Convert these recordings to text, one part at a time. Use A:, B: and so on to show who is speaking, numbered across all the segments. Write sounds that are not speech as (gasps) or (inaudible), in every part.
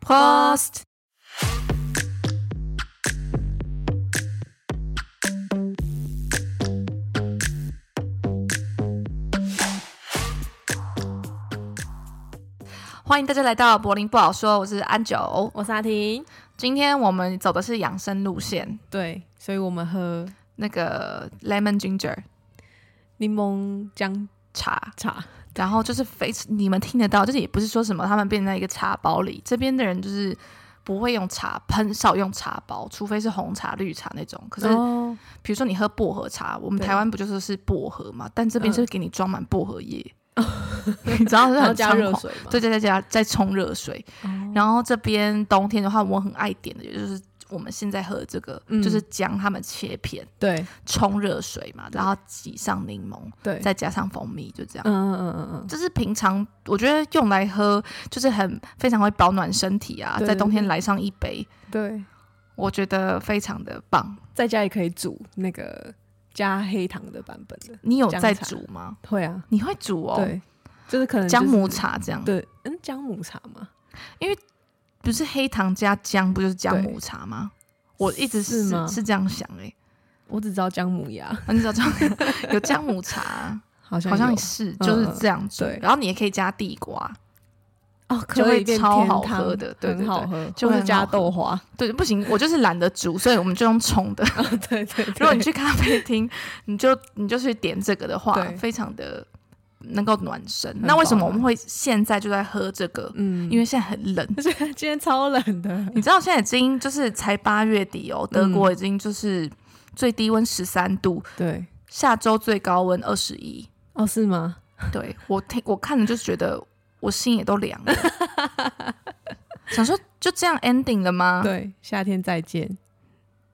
A: Prost！欢迎大家来到柏林不好说，我是安九。
B: 我是阿婷。
A: 今天我们走的是养生路线，
B: 对，所以我们喝
A: 那个 lemon ginger
B: 柠檬姜
A: 茶，
B: 茶，
A: 然后就是非你们听得到，就是也不是说什么他们变在一个茶包里，这边的人就是不会用茶，很少用茶包，除非是红茶、绿茶那种。可是
B: 哦，
A: 比如说你喝薄荷茶，我们
B: 对
A: 台湾不就是是薄荷嘛？但这边
B: 嗯
A: 是给你装满薄荷叶，
B: (laughs)
A: 你知道是
B: 然后
A: 很
B: 加
A: 猖
B: 热
A: 狂。
B: 水嘛，
A: 对，对，再加再冲热水。
B: 哦，
A: 然后这边冬天的话，我很爱点的，也就是我们现在喝的这个，
B: 嗯
A: 就是将它们切片，
B: 对
A: 冲热水嘛，然后挤上柠檬，
B: 对，
A: 再加上蜂蜜，就这样。
B: 嗯嗯嗯嗯嗯，
A: 就是平常我觉得用来喝，就是很非常会保暖身体啊，
B: 对
A: 在冬天
B: 对
A: 来上一杯，
B: 对，
A: 我觉得非常的棒。
B: 在家也可以煮那个加黑糖的版本的，
A: 你有
B: 姜
A: 在
B: 茶
A: 煮吗？
B: 会啊，
A: 你会煮哦？
B: 对，就是可能
A: 姜
B: 就是
A: 母，茶这样，
B: 对，嗯，姜母茶嘛，
A: 不是黑糖加姜，不就是姜
B: 对
A: 母茶吗？我一直
B: 是
A: 是
B: 吗
A: 是这样想哎、欸，
B: 我只知道姜母鸭，
A: 啊你知道这
B: (laughs)
A: 样有姜母茶啊，
B: 好像
A: 好像
B: 有嗯
A: 也是就是这样煮，
B: 对
A: 然后你也可以加地瓜，
B: 哦，
A: 就
B: 可
A: 会
B: 以变
A: 超
B: 甜
A: 好
B: 汤
A: 喝的对对
B: 很好喝，
A: 就
B: 或
A: 会很
B: 是
A: 好
B: 加
A: 喝
B: 豆 (laughs) 花，
A: 对，不行，我就是懒得煮，所以我们就用冲的。
B: 啊， (laughs) 对对，
A: 如果你
B: 对
A: 去咖啡厅，你就你就去点这个的话，
B: 对
A: 非常的能够暖身。
B: 很
A: 那为什么
B: 饱
A: 我们会现在就在喝这个？
B: 嗯，
A: 因为现在很冷，
B: 而且今天超冷的，
A: 你知道现在已经就是才八月底哦，德
B: 嗯
A: 国已经就是最低温十三度，
B: 对，
A: 下周最高温二十一。
B: 哦，是吗？
A: 对我听我看了就是觉得我心也都凉了，想说就这样 ending 了吗？
B: 对，夏天再见。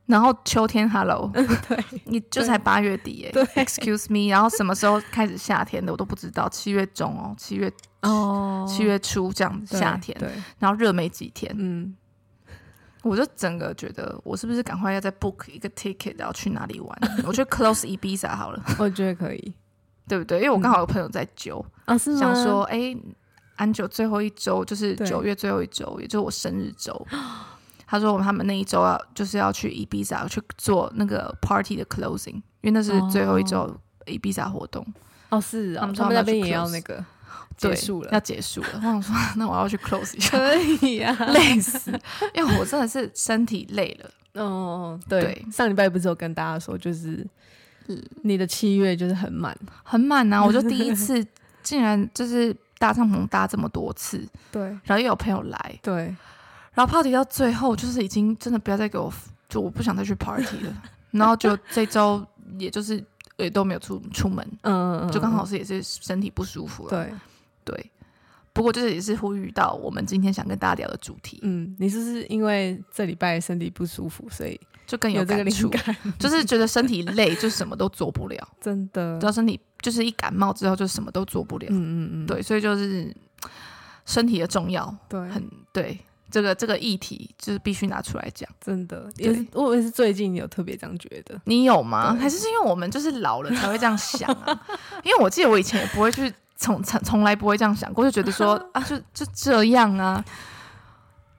A: 然后秋天 hello，
B: (laughs) 对，
A: 你就才八月底耶、
B: 对
A: Excuse me，然后什么时候开始夏天的我都不知道，七月中哦，七月
B: 哦
A: 七月初这样子夏天，
B: 对，
A: 然后热没几天，
B: 嗯，
A: 我就整个觉得我是不是赶快要再 book 一个 ticket，然后去哪里玩？我觉得 close Ibiza 好了，
B: 我觉得可
A: (laughs)
B: 以
A: 对不对？因为我刚好有朋友在揪，
B: 啊，是吗？
A: 想说，哎、安九最后一周就是
B: 对
A: 九月最后一周，也就是我生日周。 (gasps) 他说他们那一周要就是要去 Ibiza 去做那个 party 的 closing，因为那是最后一周 Ibiza 活动、
B: 哦，是哦，
A: 他们
B: 他
A: 说他们
B: 们那
A: 要
B: 边
A: 去
B: 也要
A: close
B: 那个
A: 对
B: 结束了
A: 要，结束了。我想说， (laughs) 那我要去 close 一
B: (laughs)
A: 下，
B: 可以啊呀。
A: (laughs) 累死，因为我真的是身体累了。
B: 哦，对，
A: 对
B: 上礼拜不是有跟大家说，就是你的七月就是很满，
A: 很满啊！我就第一次竟然就是搭帐篷搭这么多次，
B: 对
A: 然后又有朋友来，
B: 对，
A: 然后 party 到最后就是已经真的不要再给我，就我不想再去 party 了。然后
B: (laughs)
A: 就这周也就是也都没有出出门，
B: 嗯，嗯
A: 就刚好是也是身体不舒服了。
B: 对，
A: 对，不过就是也是呼吁到我们今天想跟大家聊的主题，
B: 嗯，你是不是因为这礼拜身体不舒服，所以
A: 就更
B: 有这个
A: 感
B: 灵
A: 触，
B: 感？ (laughs) 嗯
A: 就是觉得身体累，就什么都做不了。
B: 真的
A: 只，要身体就是一感冒之后，就什么都做不了。
B: 嗯嗯嗯，
A: 对，所以就是身体的重要，
B: 对，
A: 很对这个这个议题就是必须拿出来讲。
B: 真的，
A: 对
B: 也是我也是最近有特别这样觉得，
A: 你有吗？
B: 对
A: 还是是因为我们就是老了才会这样想啊？ (laughs) 因为我记得我以前也不会去从从从来不会这样想过，就觉得
B: (laughs)
A: 说啊，就就这样啊。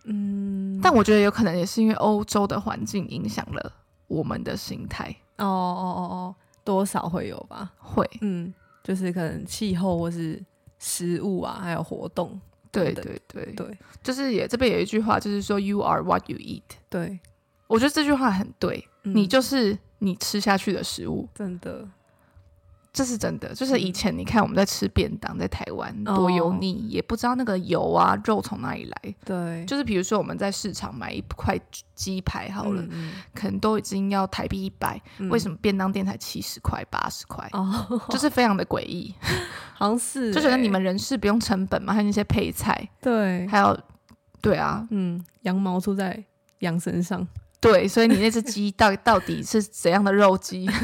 B: 嗯，
A: 但我觉得有可能也是因为欧洲的环境影响了我们的心态，
B: 哦哦哦哦，多少会有吧。
A: 会
B: 嗯，就是可能气候或是食物啊，还有活动。
A: 对
B: 等
A: 对对，
B: 对
A: 就是也这边有一句话，就是说 “You are what you eat”，
B: 对，
A: 我觉得这句话很对，
B: 嗯
A: 你就是你吃下去的食物。
B: 真的
A: 这是真的，就是以
B: 嗯
A: 前你看我们在吃便当，在台湾
B: 哦
A: 多油腻，也不知道那个油啊肉从哪里来。
B: 对，
A: 就是比如说我们在市场买一块鸡排好了，
B: 嗯，
A: 可能都已经要台币一百、0为什
B: 么？
A: 么便当店才七十块、八十块？
B: 哦，
A: 就是非常的诡异，
B: 好像 (laughs) 是欸、
A: 就觉得你们人事不用成本嘛，还有那些配菜，
B: 对，
A: 还有对啊，
B: 嗯，羊毛出在羊身上，
A: 对，所以你那只鸡到到底是怎样的肉鸡？
B: (laughs)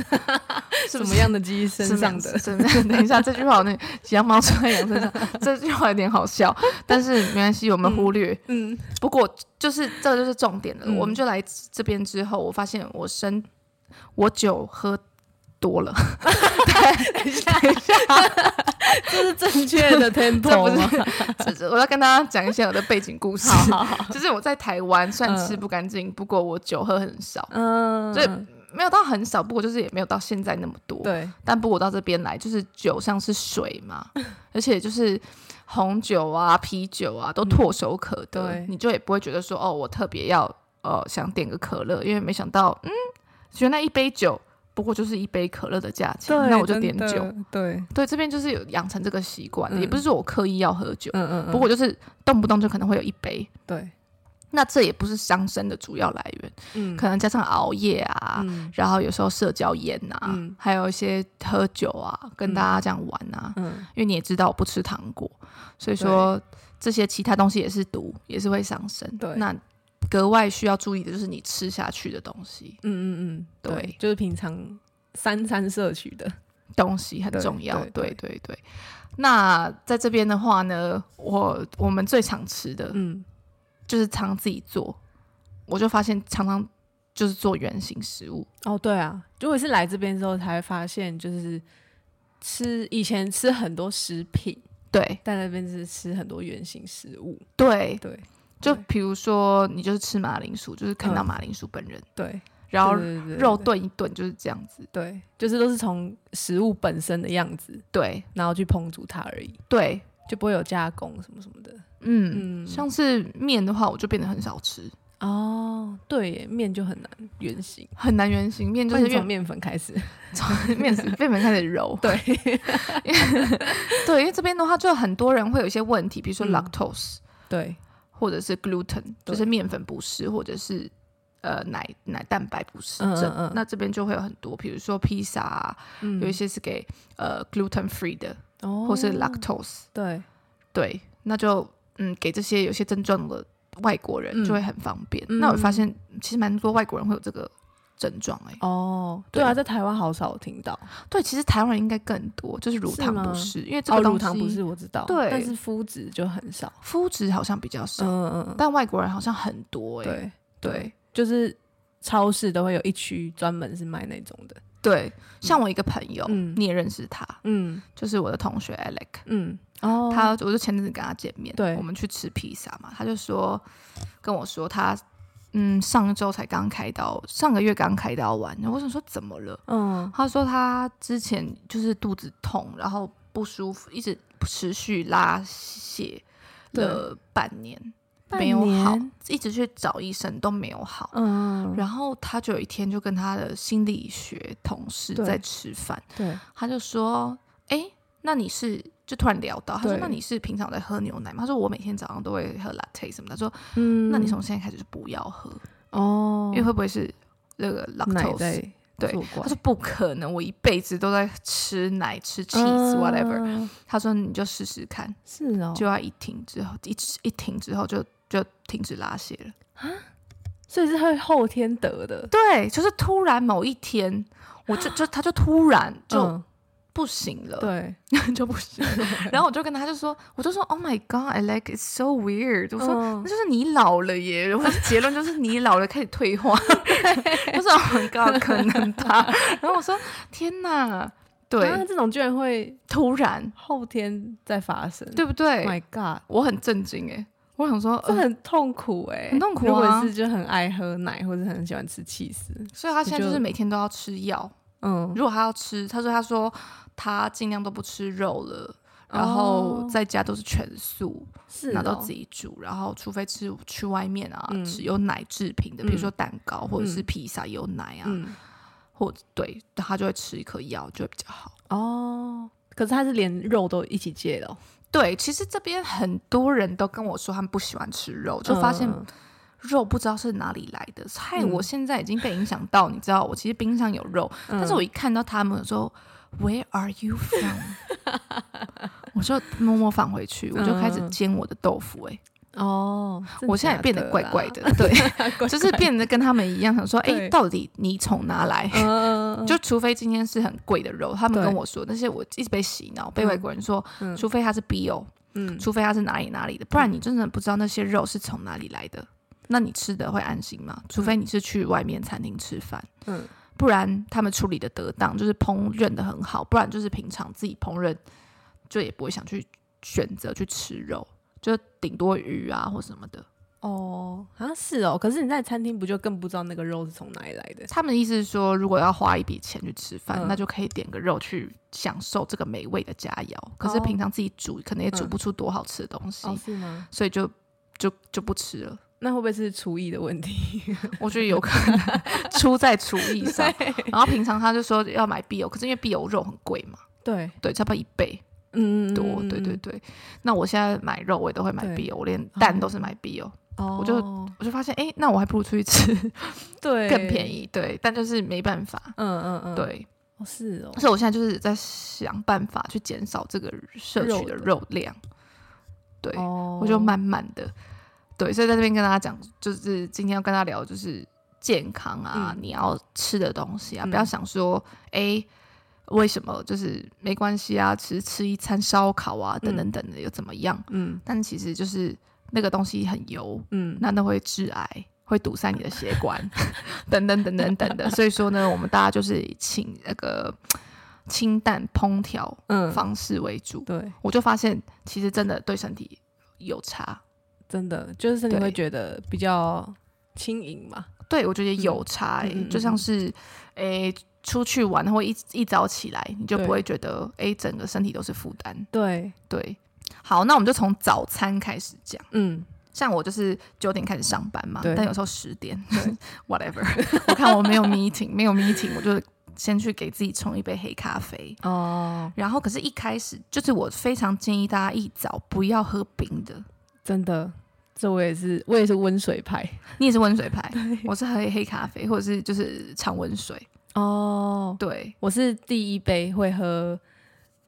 A: 是
B: 什
A: 不
B: 么
A: 是
B: 样的鸡身上的？
A: 身上。 (laughs) 等一下，这句话我那羊毛出在羊身上，这句话有点好笑，但是没关系，我们忽略。
B: 嗯，
A: 不过就是这个就是重点了，
B: 嗯
A: 我们就来这边之后，我发现我生我酒喝多了，
B: 等一下，等一下，这是正确的 tempo 吗？
A: 这这我要跟大家讲一下我的背景故事。
B: 好好好，
A: 就是我在台湾算
B: 嗯
A: 吃不干净，不过我酒喝很少，
B: 嗯，
A: 所以没有到很少，不过就是也没有到现在那么多。
B: 对，
A: 但不过我到这边来，就是酒像是水嘛，而且就是红酒啊、啤酒啊都唾手可得，
B: 嗯对
A: 你就也不会觉得说哦，我特别要呃想点个可乐，因为没想到嗯，原来一杯酒不过就是一杯可乐的价钱，
B: 对
A: 那我就
B: 真
A: 点
B: 的
A: 酒。
B: 对，
A: 对，这边就是有养成这个习惯的，
B: 嗯
A: 也不是说我刻意要喝酒，
B: 嗯嗯，嗯
A: 不过就是动不动就可能会有一杯。
B: 对，
A: 那这也不是伤身的主要来源，
B: 嗯
A: 可能加上熬夜啊，
B: 嗯
A: 然后有时候社交烟呐、啊，
B: 嗯
A: 还有一些喝酒啊，跟大家这样玩啊。
B: 嗯，
A: 因为你也知道我不吃糖果，所以说这些其他东西也是毒，也是会伤身。
B: 对
A: 那格外需要注意的就是你吃下去的东西，
B: 嗯嗯嗯，
A: 对
B: 对，就是平常三餐摄取的，
A: 东西很
B: 对
A: 重要。
B: 对
A: 对对对。那在这边的话呢，我我们最常吃的
B: 嗯，
A: 就是常自己做，我就发现常常就是做圆形食物，
B: 哦，对啊，如果是来这边之后才会发现，就是吃以前吃很多食品，
A: 对
B: 在那边是吃很多圆形食物，
A: 对，
B: 对
A: 就
B: 对
A: 比如说，你就是吃马铃薯，就是看到
B: 嗯
A: 马铃薯本人，
B: 对，
A: 然后
B: 对对对对
A: 肉
B: 对
A: 炖一炖就是这样子。
B: 对，就是都是从食物本身的样子，
A: 对
B: 然后去烹煮它而已，
A: 对，
B: 就不会有加工什么什么的。
A: 嗯，
B: 嗯，
A: 像是面的话，我就变得很少吃，
B: 哦，对耶，面就很难圆形，
A: 很难原形面，就
B: 就是是从
A: 面
B: 面粉开始。
A: 从面被门开始揉。
B: 对，
A: 对，因为这边的话，就很多人会有一些问题，比如说
B: 嗯
A: lactose
B: 对，
A: 或者是 gluten，就
B: 对
A: 是面粉不适，或者是。呃，奶奶蛋白不适
B: 嗯
A: 症，
B: 嗯嗯
A: 那这边就会有很多，比如说披萨、啊，
B: 嗯
A: 有一些是给呃 gluten free 的，
B: 哦，
A: 或是 lactose，
B: 对，
A: 对，那就嗯，给这些有些症状的外国人
B: 嗯
A: 就会很方便。
B: 嗯
A: 那我发现其实蛮多外国人会有这个症状哎、
B: 哦，
A: 对
B: 对啊，在台湾好少听到。
A: 对，其实台湾人应该更多，就是乳
B: 是
A: 糖
B: 吗
A: 不适，因为这
B: 哦，
A: 个东西、
B: 乳糖不是我知道，
A: 对
B: 但是麸质就很少。
A: 肤质好像比较少，
B: 嗯嗯，嗯
A: 但外国人好像很多哎、
B: 对
A: 对
B: 对，就是超市都会有一区专门是卖那种的。
A: 对，像我一个朋友，
B: 嗯
A: 你也认识他，
B: 嗯
A: 就是我的同学 Alec。
B: 嗯，哦，
A: 他，我就前阵子跟他见面，
B: 对
A: 我们去吃披萨嘛，他就说跟我说他，嗯，上周才刚开刀，上个月刚开刀完，然后我想说怎么了？
B: 嗯
A: 他说他之前就是肚子痛，然后不舒服，一直持续拉血了半年，
B: 半
A: 没有好
B: 年，
A: 一直去找医生都没有好。
B: 嗯，
A: 然后他就有一天就跟他的心理学同事
B: 对
A: 在吃饭，
B: 对，
A: 他就说：“哎、那你是？”就突然聊到，他说
B: 对：“
A: 那你是平常在喝牛奶吗？”他说：“我每天早上都会喝 latte 什么的。”他说
B: 嗯：“
A: 那你从现在开始就不要喝，
B: 哦
A: 因为会不会是那个
B: 奶
A: lactose
B: 在
A: 对
B: 作
A: 他
B: 怪
A: 说不可能，我一辈子都在吃奶、吃 cheese、whatever。
B: 啊
A: 他说你就试试看，
B: 是哦，
A: 就要一停之后，一吃一停之后就就停止拉血了。
B: 所以是会后天得的，
A: 对，就是突然某一天，我就就他就突然就
B: 嗯
A: 不行了，
B: 对，
A: (laughs) 就不行了。然后我就跟他就说，我就说 Oh my God, Alex, it's so weird。我说。那
B: 嗯
A: 就是你老了耶！我的结论就是你老了开始退化。我说 Oh my God，可能吧。然后我说天哪，对，
B: 啊，这种居然会
A: 突然，
B: 后天再发生，
A: 对不对？
B: ，My God，
A: 我很震惊哎、我想说，
B: 这
A: 呃、
B: 很痛苦哎，
A: 很痛苦啊
B: 如果是就很爱喝奶或者很喜欢吃气司，
A: 所以他现在
B: 就
A: 就是每天都要吃药。
B: 嗯，
A: 如果他要吃，他说他说他尽量都不吃肉了，然后
B: 哦
A: 在家都是全素，
B: 是
A: 拿到
B: 哦
A: 自己煮，然后除非吃去外面啊、
B: 嗯
A: 吃有奶制品的，比如说蛋糕或者是
B: 嗯
A: 披萨有奶啊，
B: 嗯
A: 或对他就会吃一颗药就会比较好。
B: 哦，可是他是连肉都一起戒了哦，
A: 对，其实这边很多人都跟我说他们不喜欢吃肉，就发现
B: 嗯嗯
A: 肉不知道是哪里来的，害
B: 嗯
A: 我现在已经被影响到。你知道，我其实冰箱有肉，
B: 嗯
A: 但是我一看到他们说 “Where are you from”，我就默默放回去，我就开始
B: 嗯
A: 煎我的豆腐、欸。
B: 哦，真
A: 我现在也
B: 假
A: 变得
B: 的
A: 怪
B: 啦
A: 怪，的，对，
B: (laughs) 怪
A: 就是
B: 怪
A: 变得跟他们一样，想说，哎、
B: 对
A: 到底你从哪来？
B: 的，嗯，
A: 就除非今天是很贵的肉，他们跟
B: 对
A: 我说那些，我一直被洗脑，被外国人说，
B: 嗯
A: 除非它是 bio，
B: 嗯
A: 除非它是哪里哪里的，不然你真的不知道那些肉是从哪里来的。那你吃的会安心吗？除非你是去外面餐厅吃饭，
B: 嗯，
A: 不然他们处理的得当，就是烹饪的很好，不然就是平常自己烹饪就也不会想去选择去吃肉，就顶多鱼啊或什么的。
B: 哦，
A: 啊
B: 好像是哦。可是你在餐厅不就更不知道那个肉是从哪里来的？
A: 他们的意思是说，如果要花一笔钱去吃饭，
B: 嗯
A: 那就可以点个肉去享受这个美味的佳肴。可是
B: 哦
A: 平常自己煮，可能也煮
B: 嗯
A: 不出多好吃的东西，
B: 哦，是吗？
A: 所以就就就不吃了。
B: 那会不会是厨艺的问题？
A: 我觉得有可能 (laughs) 出在厨艺上。然后平常他就说要买必有，可是因为必有肉很贵嘛，
B: 对，
A: (laughs) 对，差不多一倍
B: 嗯，
A: 多。
B: 嗯
A: 对对，对。那我现在买肉，我也都会买
B: 对
A: 必有，我连蛋都是买必有。
B: 嗯哦，
A: 我就我就发现，哎、那我还不如出去吃
B: 对
A: 更便。宜。对，但就是没办法。
B: 嗯嗯嗯，，
A: 对，
B: 哦是哦，
A: 所以我现在就是在想办法去减少这个摄取的肉量，对，
B: 哦
A: 我就慢慢的，对，所以在这边跟大家讲，就是今天要跟大家聊就是健康啊，
B: 嗯
A: 你要吃的东西啊，
B: 嗯
A: 不要想说，哎、为什么就是没关系啊，其实吃一餐烧烤啊，等等等的又怎么样？
B: 嗯
A: 但其实就是那个东西很油，
B: 嗯，
A: 那那会致癌，会堵塞你的血管， (laughs) 等等等等等的。所以说呢，我们大家就是请那个清淡烹调
B: 嗯
A: 方式为主。
B: 对，
A: 我就发现，其实真的对身体有差，
B: 真的就是你
A: 对
B: 会觉得比较轻盈嘛。
A: 对我觉得有差、欸，
B: 嗯嗯嗯嗯
A: 就像是诶。出去玩或一一早起来，你就不
B: 对
A: 会觉得诶整个身体都是负担。
B: 对，
A: 对，好，那我们就从早餐开始讲。
B: 嗯，
A: 像我就是九点开始上班嘛，
B: 对
A: 但有时候十点 (laughs) ，whatever。我看我没有 meeting，没有 meeting，我就先去给自己冲一杯黑咖啡。
B: 哦，
A: 然后，可是，一开始就是我非常建议大家一早不要喝冰的。
B: 真的，这我也是，我也是温水派。
A: 你也是温水派，我是喝黑咖啡或者是就是常温水。
B: 哦，
A: 对，
B: 我是第一杯会喝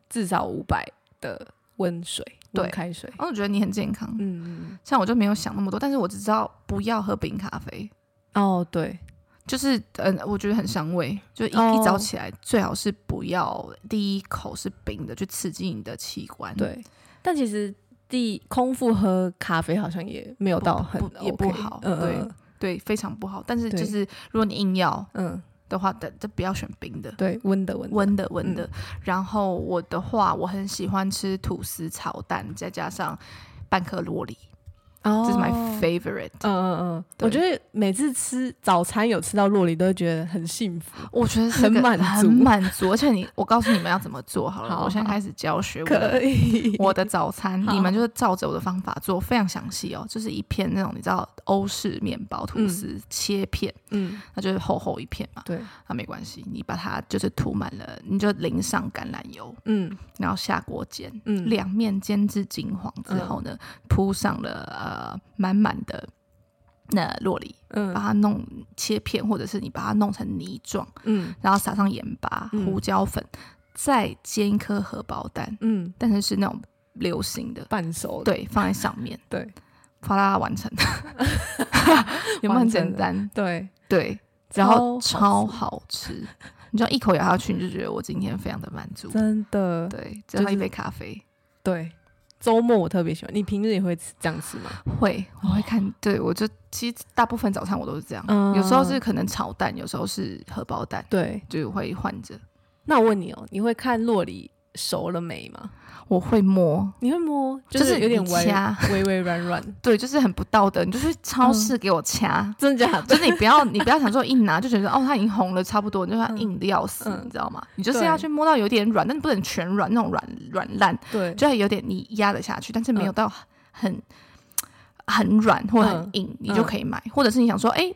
B: 至少五百的温水，
A: 对
B: 温开水。
A: 然哦后我觉得你很健康，
B: 嗯，嗯
A: 像我就没有想那么多，但是我只知道不要喝冰咖啡，
B: 嗯哦，对，
A: 就是嗯，我觉得很伤胃。就一、
B: 哦
A: 一早起来最好是不要第一口是冰的，去刺激你的器官。
B: 对，但其实第空腹喝咖啡好像也没有到很
A: 不不也
B: OK，
A: 不好
B: 嗯
A: 对
B: 嗯
A: 对，非常不好。但是
B: 对
A: 就是如果你硬要
B: 嗯，
A: 的话，但就不要选冰的，
B: 对，温的温的
A: 温的温的。然后我的话，我很喜欢吃吐司炒蛋，再加上半颗洛梨，
B: 哦
A: 这是 my favorite。
B: 嗯嗯嗯，
A: 对
B: 我觉得每次吃早餐有吃到洛梨，都会觉得很幸福。
A: 我觉得这
B: 很
A: 个
B: 满
A: 很
B: 足
A: 满足。 (laughs) 而且你，我告诉你们要怎么做好了。
B: 好
A: 我现在
B: 好
A: 开始教学我的
B: 可以， (laughs)
A: 我的早餐，
B: 好
A: 你们就是照着我的方法做，非常详细哦。就是一片那种你知道欧式面包吐
B: 嗯
A: 司、切片，
B: 嗯，
A: 那就是厚厚一片嘛。
B: 对，
A: 啊，没关系，你把它就是涂满了，你就淋上橄榄油，
B: 嗯
A: 然后下锅煎，
B: 嗯，
A: 两面煎至金黄之后呢，铺上了呃满满的那洛梨，
B: 嗯
A: 把它弄切片，或者是你把它弄成泥状，
B: 嗯
A: 然后撒上盐巴、
B: 嗯
A: 胡椒粉，再煎一颗荷包蛋，
B: 嗯，
A: 但是是那种流心的，
B: 半熟的，
A: 对，放在上面，
B: 对
A: 把它完
B: (laughs)
A: 成，有没有很
B: 完成
A: 简
B: 了
A: 单？
B: 对，
A: 对，然后超
B: 超好
A: 好吃，你知道一口咬下去，你就觉得我今天非常的满足。
B: 真的，
A: 对，加上一
B: 就是
A: 杯咖啡，
B: 对。周末我特别喜欢，你平日也会吃这样吃吗？
A: 会我会看，对我就其实大部分早餐我都是这样，
B: 哦嗯
A: 有时候是可能炒蛋，有时候是荷包蛋，
B: 对，
A: 就会换着。
B: 那我问你哦，你会看洛梨熟了没吗？
A: 我会摸，
B: 你会摸，
A: 就是
B: 是有点
A: 你
B: 微
A: 掐
B: 微微软
A: (laughs)
B: 软，
A: 对，就是很不道德，你就去
B: 嗯
A: 超市给我掐。
B: 真的 (laughs) 假的？
A: 啊就是你不要，你不要想说一拿就觉得哦，它已经红了差不多，你就让它硬的要死，
B: 嗯
A: 你知道吗？你就是
B: 对
A: 要去摸到有点软，但不能全软，那种软软烂，
B: 对，
A: 就要有点你压得下去，但是没有到很很软或很
B: 嗯
A: 硬，你就可以买。或者是你想说，哎、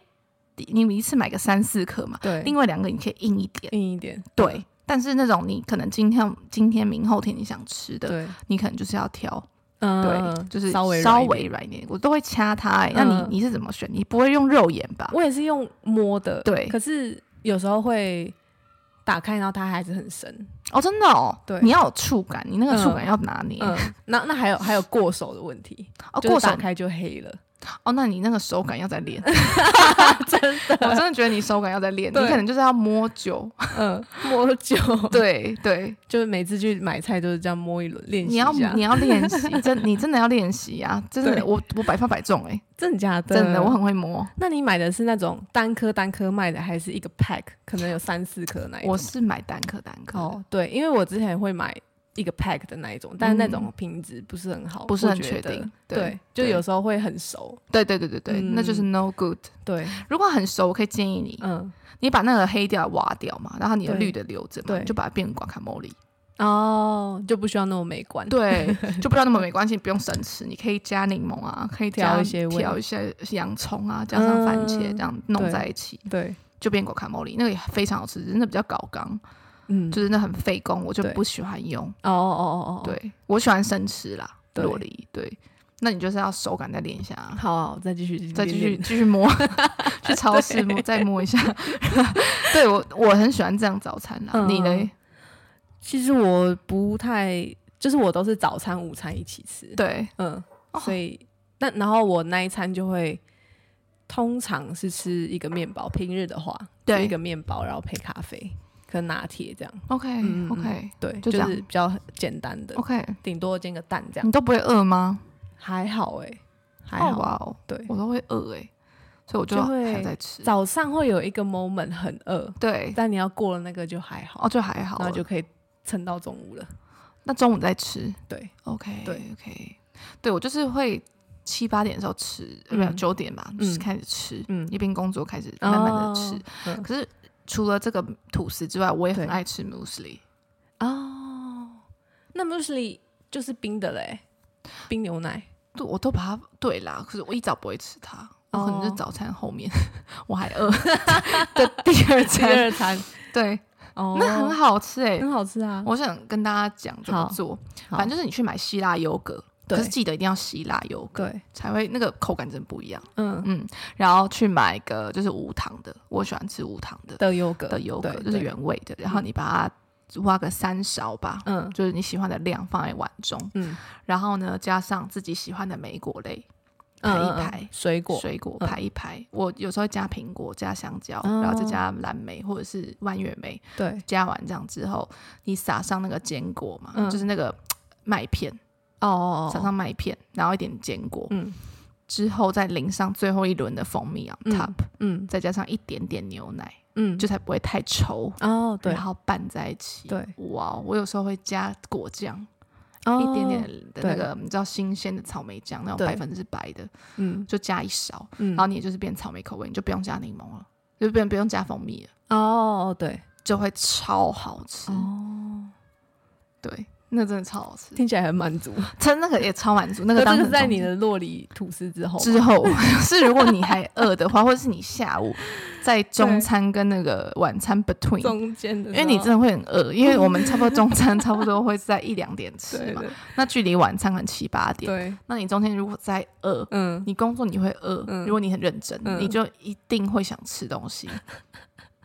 A: 你你一次买个三四颗嘛，
B: 对，
A: 另外两个你可以硬一点，
B: 硬一点，
A: 对。但是那种你可能今天今天明后天你想吃的，
B: 对，
A: 你可能就是要挑，
B: 嗯，
A: 对，就是
B: 稍微
A: 稍
B: 软一点
A: 微软一点，我都会掐它、欸。那
B: 嗯
A: 你你是怎么选？你不会用肉眼吧？
B: 我也是用摸的，
A: 对
B: 可是有时候会打开，然后它还是很深。
A: 哦，真的哦，
B: 对
A: 你要有触感，你那个触
B: 嗯
A: 感要拿捏。
B: 嗯，那那还有还有过手的问题，
A: 哦，
B: 就是
A: 过手
B: 打开就黑了。
A: 哦，那你那个手感要再练，
B: 真
A: 我 (laughs) 真的觉得你手感要再练，你
B: 对
A: 可能就是要摸酒，
B: 嗯， (laughs) 摸酒，
A: (laughs) 对对，
B: 就是每次去买菜都是这样摸一轮练习
A: 你
B: 一
A: 要
B: 下。
A: 你要练习， (laughs) 真你真的要练习啊！真
B: 对
A: 的，我我百发百中哎、
B: 真的假的？
A: 真的我很会摸。
B: 那你买的是那种单颗单颗卖的，还是一个 pack？可能有三四颗那一种。
A: 我是买单颗单颗，
B: 哦，对，因为我之前会买一个 pack 的那一种，但是那种品质不是很好，
A: 嗯不是很
B: 我觉
A: 确
B: 得
A: 定。
B: 对，就有时候会很熟。
A: 对对对对对，那就是 no good。
B: 对，
A: 如果很熟，我可以建议你，
B: 嗯，
A: 你把那个黑掉挖掉嘛，然后你的
B: 对
A: 绿的留着嘛，
B: 对
A: 你就把它变成瓜卡莫里。
B: 哦，就不需要那么美观。，
A: 对，就不要那么没关系，不用生吃，你可以加柠檬啊，可以加
B: 调一些味
A: 调一些洋葱啊，加上番茄这
B: 嗯
A: 样弄
B: 对
A: 在一起，
B: 对，
A: 就变瓜卡莫里。那个也非常好吃，只是那比较搞刚，
B: 嗯，
A: 就是那很费工，我就
B: 对
A: 不喜欢用。
B: 哦哦哦哦，哦，
A: 对我喜欢生吃啦，
B: 对
A: 洛梨。对，那你就是要手感再练一下啊，
B: 好好，再继续，
A: 再继
B: 嗯练
A: 续，继续摸， (laughs) 去超市摸，再摸一下。 (laughs) 对我我很喜欢这样早餐啦，
B: 嗯
A: 你嘞？
B: 其实我不太，就是我都是早餐、午餐一起吃。
A: 对，
B: 嗯，
A: 哦
B: 所以那然后我那一餐就会通常是吃一个面包，平日的话
A: 对
B: 吃一个面包，然后配咖啡跟拿铁这样，
A: ，OK
B: 嗯嗯
A: OK
B: 对，
A: 就
B: 就
A: 这样哦
B: 是比较简单的，
A: OK，
B: 顶多煎个蛋这样
A: 你，都不会饿吗？
B: 还好哎、还
A: 哦
B: 好。
A: 哇哦，
B: 对，
A: 我都会饿哎，所以我就
B: 就会
A: 还在吃。
B: 早上会有一个 moment 很饿，
A: 对，
B: 但你要过了那个就还好，
A: 哦就还好
B: 然后
A: 了，
B: 就可以撑到中午了。
A: 那中午再吃。
B: 对，
A: OK
B: 对
A: OK，对我就是会。七八点的时候吃，呃
B: 嗯
A: 没有九点吧，就是
B: 嗯
A: 开始吃，
B: 嗯
A: 一边工作开始慢慢的吃，
B: 嗯
A: 可是除了这个吐司之外，我也很
B: 对
A: 爱吃 muesli。
B: 哦，那 muesli 就是冰的嘞，冰牛奶。
A: 对，我都把它对啦，可是我一早不会吃它，我可能是
B: 哦
A: 早餐后面 (laughs) 我还饿
B: (laughs)
A: 的 (laughs) 第二
B: 第
A: 餐。 (laughs)
B: 二餐
A: 对，
B: 哦，
A: 那很好吃哎、
B: 很好吃啊。
A: 我想跟大家讲怎么
B: 好
A: 做，
B: 好
A: 反正就是你去买希腊优格，可
B: 对
A: 是记得一定要希腊优格，
B: 对，
A: 才会那个口感真不一样。
B: 嗯，
A: 嗯，然后去买一个就是无糖的，我喜欢吃无糖的
B: 的优格
A: 的优格，
B: 对
A: 就是
B: 对
A: 原味的，然后你把它挖个三勺吧，
B: 嗯
A: 就是你喜欢的量放在碗中，
B: 嗯
A: 然后呢，加上自己喜欢的莓果类，排
B: 嗯
A: 一
B: 嗯嗯
A: 排
B: 水果，
A: 水果
B: 嗯
A: 排一排。我有时候会加苹果、加香蕉，
B: 哦
A: 然后再加蓝莓或者是弯月莓。
B: 对
A: 加完这样之后，你撒上那个坚果嘛，
B: 嗯
A: 就是那个嘖麦片，
B: 哦哦
A: 撒上麦片，然后一点坚果，
B: 嗯
A: 之后再淋上最后一轮的蜂蜜 on
B: 嗯
A: top，、
B: 嗯
A: 再加上一点点牛奶，
B: 嗯，
A: 就才不会太稠。
B: 哦对
A: 然，后拌在一起，
B: 对，
A: 哇！哦我有时候会加果酱，
B: 哦
A: 一点点的那
B: 对
A: 个你知道新鲜的草莓酱，那种
B: 对
A: 百分之百的，
B: 嗯
A: 就加一勺，
B: 嗯
A: 然后你也就是变草莓口味，你就不用加柠檬了，就不用不用加蜂蜜了，
B: 哦哦对
A: 就会超好吃。
B: 哦，
A: 对，那真的超好吃，
B: 听起来很满足。
A: 真那个也超满 (laughs) 足。那个
B: 那
A: 当
B: (laughs) 这
A: 成
B: 是在
A: 中
B: 你
A: 餐
B: 的洛里吐司之后吗，
A: 之后，是如果你还饿的话，或者是你下午在中餐跟那个晚餐 between。
B: 中嗯间的
A: 因
B: 时候，
A: 为你真的会很饿，因为我们差不多中餐差不多会在一两点吃
B: 对
A: 嘛，
B: 对
A: 那距离晚餐可能七八点。
B: 对，
A: 那你中间如果再饿，
B: 嗯
A: 你工作你会饿，
B: 嗯
A: 如果你很认真，
B: 嗯
A: 你就一定会想吃东西， (laughs)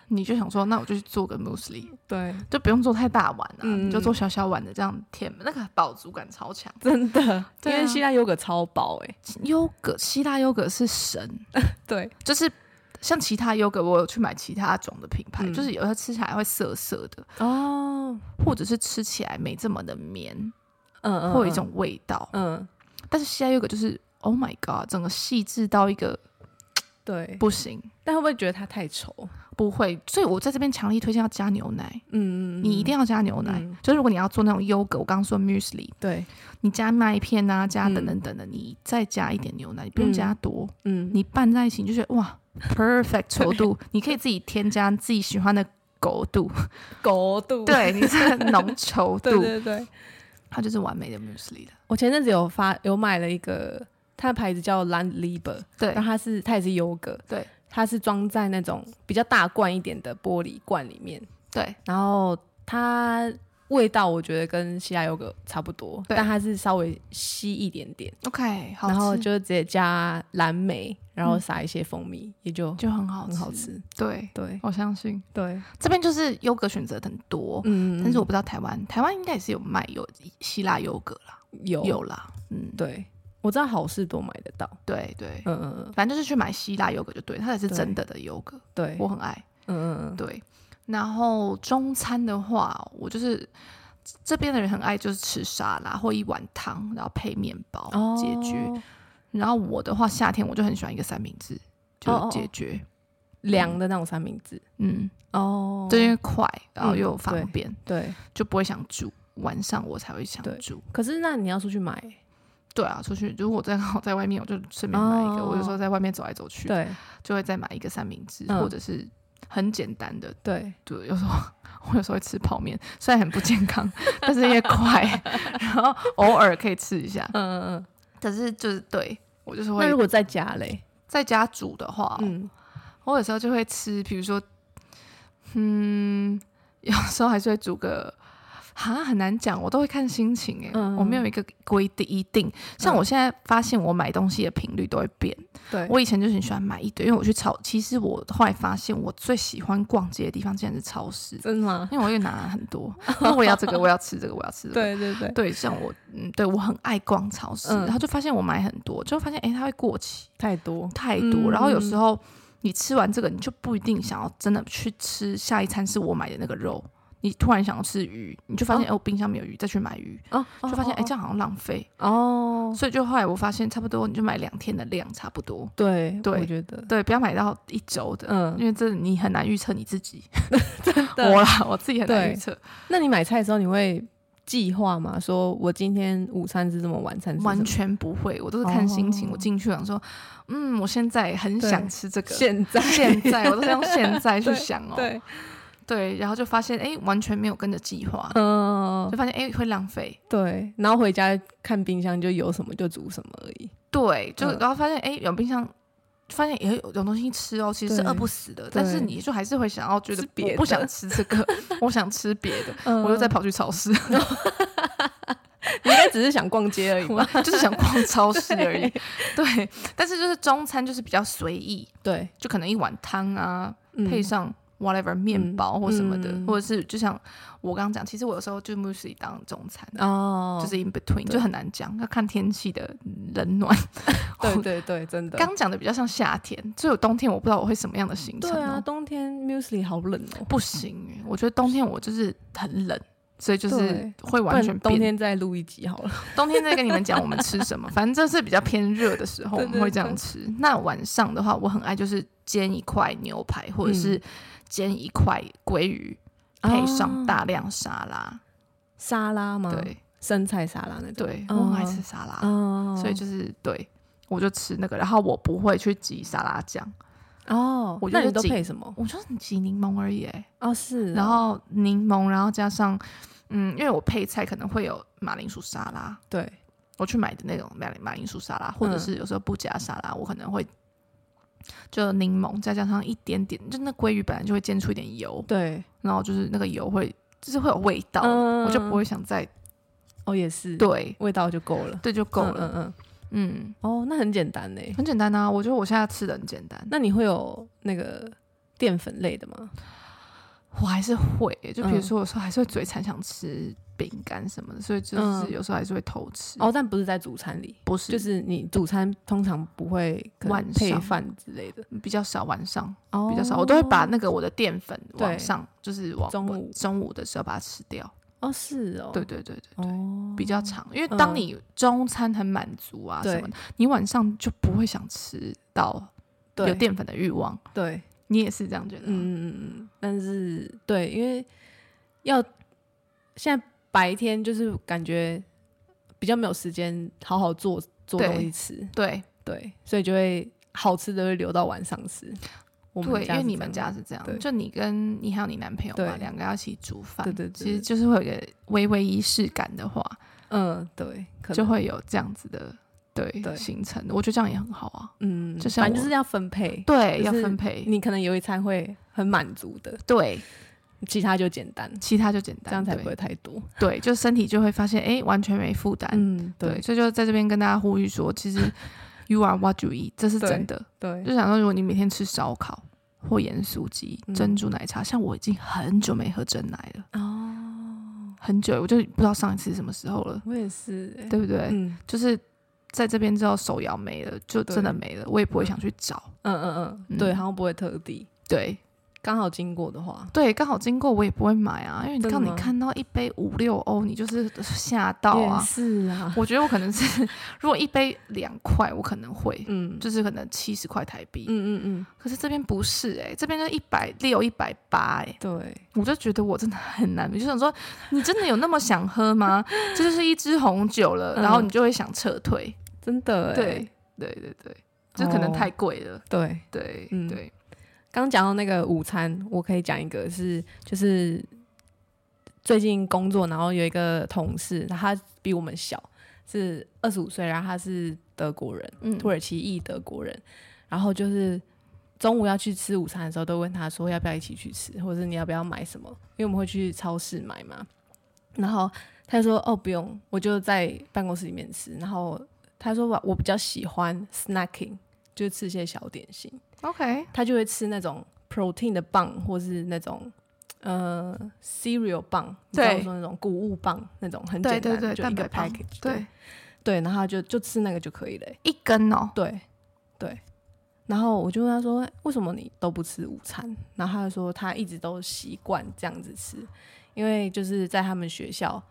A: 你就想说，那我就去做个 muesli，
B: 对，
A: 就不用做太大碗啊，
B: 嗯
A: 你就做小小碗的，这样填那个饱足感超强。
B: 真的，因
A: (laughs) 对啊
B: 为希腊优格超薄哎，
A: 优格，希腊优格是神，
B: 对，
A: 就是像其他优格，我有去买其他种的品牌，
B: 嗯
A: 就是有些吃起来会涩涩的，
B: 哦，
A: 或者是吃起来没这么的绵，
B: 嗯嗯，
A: 会有一
B: 嗯
A: 种味道。
B: 嗯，
A: 但是希腊优格就是 Oh my God，整个细致到一个
B: 对，
A: 不行，
B: 但会不会觉得它太稠？
A: 不会。所以我在这边强力推荐要加牛奶。
B: 嗯嗯，
A: 你一定要加牛奶。
B: 嗯
A: 就是如果你要做那种优格，我刚刚说 muesli，
B: 对，
A: 你加麦片啊，加
B: 嗯
A: 等等等等，你再加一点牛奶，你不用
B: 嗯
A: 加多，
B: 嗯，
A: 你拌在一起你就觉得 (laughs) 哇，perfect 稠度，你可以自己添加自己喜欢的。狗度，
B: 狗肚，
A: 对，你这个浓稠
B: 对
A: 度，
B: 对对。
A: 它就是完美的 muesli 了。
B: 我前阵子有发有买了一个，它的牌子叫 Landliber，
A: 对
B: 但它是它也是优格，
A: 对，
B: 它是装在那种比较大罐一点的玻璃罐里面，
A: 对，
B: 然后它味道我觉得跟希腊优格差不多，
A: 对
B: 但它是稍微稀一点点，
A: ，OK，好吃，嗯
B: 然后就直接加蓝莓，然后撒一些蜂蜜，也就
A: 就很好
B: 很
A: 吃，哦
B: 好。吃。
A: 对，
B: 对
A: 我相信
B: 对，
A: 这边就是优格选择很多，
B: 嗯，
A: 但是我不知道台湾，台湾应该也是有卖有希腊优格啦，
B: 有
A: 有啦，嗯，
B: 对，我知道好事多买得到，
A: 对对，
B: 嗯嗯嗯，
A: 反正就是去买希腊优格就对，它才是
B: 对
A: 真的的优格，
B: 对，
A: 我很爱。
B: 嗯嗯嗯，
A: 对，然后中餐的话，我就是这边的人很爱就是吃沙拉或一碗汤，然后配面包
B: 哦
A: 解决。然后我的话，夏天我就很喜欢一个三明治，
B: 哦哦
A: 就
B: 哦
A: 解决。
B: 凉的那种三明治，
A: 嗯，
B: 哦，
A: 这因为快，然后
B: 嗯
A: 又方
B: 对
A: 便，
B: 对，
A: 就不会想煮。晚上我才会想
B: 对
A: 煮。
B: 可是那你要出去买，
A: 对啊，出去如果我在好在外面，我就顺便买一个。我有时候在外面走来走去，
B: 哦对
A: 就会再买一个三明治，
B: 嗯
A: 或者是很简单的
B: 对，
A: 对，有时候我有时候会吃泡面，虽然很不健康， (laughs) 但是因为快，然后偶尔可以吃一下。
B: 嗯嗯嗯。
A: 但是就是对我就是
B: 那如
A: 会哦
B: 果在家嘞，
A: 在家煮的话，
B: 嗯，
A: 我有时候就会吃，比如说，嗯，有时候还是会煮个。哈，很难讲，我都会看心情哎、
B: 嗯
A: 我没有一个规定一定。像
B: 嗯
A: 我现在发现，我买东西的频率都会变。
B: 对，
A: 我以前就是很喜欢买一堆，因为我去超，其实我后来发现，我最喜欢逛街的地方竟然是超市。
B: 真的吗？
A: 因为我又拿很多，那我也要这个，我要吃这个，我要吃这个。
B: 对对对，
A: 对，像我，嗯，对我很爱逛超市，
B: 嗯
A: 然后就发现我买很多，就发现哎、诶它会过期
B: 太多，
A: 太多，
B: 嗯
A: 然后有时候你吃完这个，你就不一定想要真的去吃下一餐是我买的那个肉，你突然想要吃鱼，你就发现哎、诶我冰箱没有鱼，再去买鱼，
B: 哦，
A: 就发现哎、诶
B: 哦
A: 这样好像浪费，
B: 哦，
A: 所以就后来我发现差不多你就买两天的量差不多，
B: 对，
A: 对
B: 我觉得，
A: 对，不要买到一周的。
B: 嗯，
A: 因为这你很难预测你自己，
B: 对
A: (laughs) 我啦，我自己很难
B: 对
A: 预测，
B: 那你买菜的时候，你会计划吗？说我今天午餐是什么，晚餐是什么
A: 完全不会，我都是看心情。
B: 哦
A: 我进去想说，嗯，我现在很
B: 对
A: 想吃这个，
B: 现在
A: 现在我都是用现在去
B: 对
A: 想哦，
B: 对，
A: 对然后就发现哎，完全没有跟着计划，
B: 嗯
A: 就，发现哎会浪费，
B: (laughs) 对，然后回家看冰箱就有什么就煮什么而已。
A: 对，就
B: 嗯
A: 然后发现哎有冰箱。发现也有有东西吃哦，其实是
B: 对
A: 饿不死的，但是
B: 对
A: 你就还是会想要觉得
B: 吃别
A: 我不
B: 的
A: 想吃这个，我想吃别
B: (laughs)
A: 的，
B: 嗯
A: 我又再跑去超市，
B: 你应该只是想逛街而已
A: 我
B: (laughs) 吧？
A: 就是想逛超市而
B: (laughs)
A: 已。对，但是就是中餐就是比较随意，
B: 对，
A: 就可能一碗汤啊，
B: 嗯
A: 配上 whatever 面包或什么的，
B: 嗯
A: 或者是就像我刚刚讲，其实我有时候就 mostly 当中餐，
B: 哦，
A: 就是 in between，
B: 对
A: 就很难讲，要看天气的冷暖。
B: (laughs) 对
A: 我
B: 对对，真的。
A: 刚讲的比较像夏天，只有冬天我不知道我会什么样的行程
B: 对啊，
A: 哦，
B: 冬天 muesli 好冷哦，
A: 不行耶，我觉得冬天我就是很冷。所以就是
B: 对
A: 会
B: 不
A: 完
B: 然
A: 全变
B: 冬天再录一集好了。
A: 冬天再跟你们讲我们吃什么，反正这是比较偏热的时候我
B: 对
A: 们会这样
B: 对对
A: 吃。那晚上的话，我很爱就是煎一块牛排，
B: 嗯
A: 或者是煎一块鲑鱼，配上
B: 哦
A: 大量沙拉。
B: 沙拉吗？，
A: 对
B: 生菜沙拉那种。
A: 对，我
B: 嗯
A: 很爱吃沙拉，
B: 哦，
A: 所以就是对我就吃那个，然后我不会去挤沙拉酱，
B: 哦
A: 我，觉
B: 那
A: 得
B: 你都
A: 紧
B: 配什么？
A: 我就是挤柠檬而已欸，
B: 哦，是哦，
A: 然后柠檬，然后加上。嗯，因为我配菜可能会有马铃薯沙拉，
B: 对，
A: 我去买的那种马马铃薯沙拉，或者
B: 嗯
A: 是有时候不加沙拉，我可能会就柠檬再加上一点点，就那鲑鱼本来就会煎出一点油，
B: 对，
A: 然后就是那个油会就是会有味道，我就不会想再
B: 嗯哦，也是，，
A: 对
B: 味道就够了，
A: 对就够了，
B: 嗯嗯嗯，
A: 嗯，
B: 哦，那很简单呢。
A: 很简单啊，我觉得我现在吃的很简单，
B: 那你会有那个淀粉类的吗？
A: 我还是会、欸就比如
B: 嗯
A: 说有时候还是会嘴馋想吃饼干什么的，所以就是
B: 嗯
A: 有时候还是会偷吃。
B: 哦，但不是在主餐里，
A: 不是，
B: 就
A: 就是
B: 是你主餐通常不会可能
A: 晚上
B: 配饭之类的，
A: 比较少，晚上
B: 哦
A: 比较少，我都会把那个我的淀粉
B: 对
A: 往上，就是往
B: 中午
A: 中午的时候把它吃掉。
B: 哦是哦，
A: 对对对对，
B: 哦，
A: 比较长，因为当
B: 嗯
A: 你中餐很满足啊
B: 对
A: 什么的，你晚上就不会想吃到
B: 对
A: 有淀粉的欲望。
B: 对，
A: 你也是这样觉得
B: 嗯
A: 吗？
B: 嗯嗯嗯，但是对，因为要现在白天就是感觉比较没有时间好好做做
A: 对
B: 东西吃，
A: 对
B: 对，所以就会好吃的会留到晚上吃。我们
A: 对，因
B: 家
A: 为
B: 是
A: 你
B: 这
A: 们
B: 样
A: 家是这样，
B: 对
A: 就你跟你还有你男朋友嘛，
B: 对
A: 两个要一起煮饭，
B: 对对对
A: 其实就是会有一个微微仪式感的话，
B: 嗯，对，可
A: 就
B: 能
A: 会有这样子的对
B: 对
A: 形成。我觉得这样也很好啊，
B: 嗯，
A: 就像
B: 反正就
A: 我
B: 是要分配，
A: 对，
B: 就
A: 要
B: 是
A: 分配，
B: 你可能有一餐会很满足的，
A: 对，
B: 其他就简单，
A: 其他就简单，
B: 这样才
A: 对
B: 不会太多。
A: 对，就身体就会发现哎，完全没负担，
B: 嗯，
A: 对，所以就在这边跟大家呼吁说，其实
B: (laughs)
A: you are what you eat，这是
B: 对
A: 真的。
B: 对
A: 就想说，如果你每天吃烧烤或盐酥鸡、
B: 嗯
A: 珍珠奶茶，像我已经很久没喝真奶了，
B: 哦，
A: 很久，我就不知道上一次是什么时候了，
B: 我也是欸、
A: 对不对？
B: 嗯，
A: 就是在这边之后手摇没了，就真的没了，我也不会想去找。
B: 嗯嗯
A: 嗯
B: 嗯，对，好像不会特地，
A: 对
B: 刚好经过的话，
A: 对，刚好经过我也不会买啊，因为你
B: 真的
A: 看你
B: 吗
A: 看到一杯五六欧，你就是 (laughs) 吓到
B: 也
A: 啊。
B: 是啊，
A: (laughs) 我觉得我可能是， (laughs) 如果一杯两块，我可能会，
B: 嗯，
A: 就是可能七十块台币。
B: 嗯嗯嗯，
A: 可是这边不是哎、这边就一百六、一百八哎，
B: 对，
A: 我就觉得我真的很难，就想说你真的有那么想喝
B: (laughs)
A: 吗？这就是一支红酒了，
B: 嗯
A: 然后你就会想撤退。
B: 真的欸，
A: 对对对对，就可能
B: 哦
A: 太贵了。
B: 对。
A: 对
B: 嗯
A: 对，
B: 刚讲到那个午餐，我可以讲一个是，就是最近工作，然后有一个同事，他比我们小，是二十五岁，然后他是德国人，
A: 嗯
B: 土耳其裔德国人，然后就是中午要去吃午餐的时候，都问他说要不要一起去吃，或者是你要不要买什么，因为我们会去超市买嘛。然后他就说哦不用，我就在办公室里面吃。然后他说我我比较喜欢 snacking，就是吃一些小点心。
A: OK，
B: 他就会吃那种 protein 的棒，或是那种呃 cereal 棒，你知道
A: 对
B: 我说那种谷物棒那种很
A: 对
B: 简单
A: 对对，
B: 就一
A: 蛋
B: 个
A: 白棒
B: package，
A: 对，
B: 对，然后他就就吃那个就可以了欸、
A: 一根哦，
B: 对对。然后我就问他说：“为什么你都不吃午餐？”然后他就说：“他一直都习惯这样子吃，因为就是在他们学校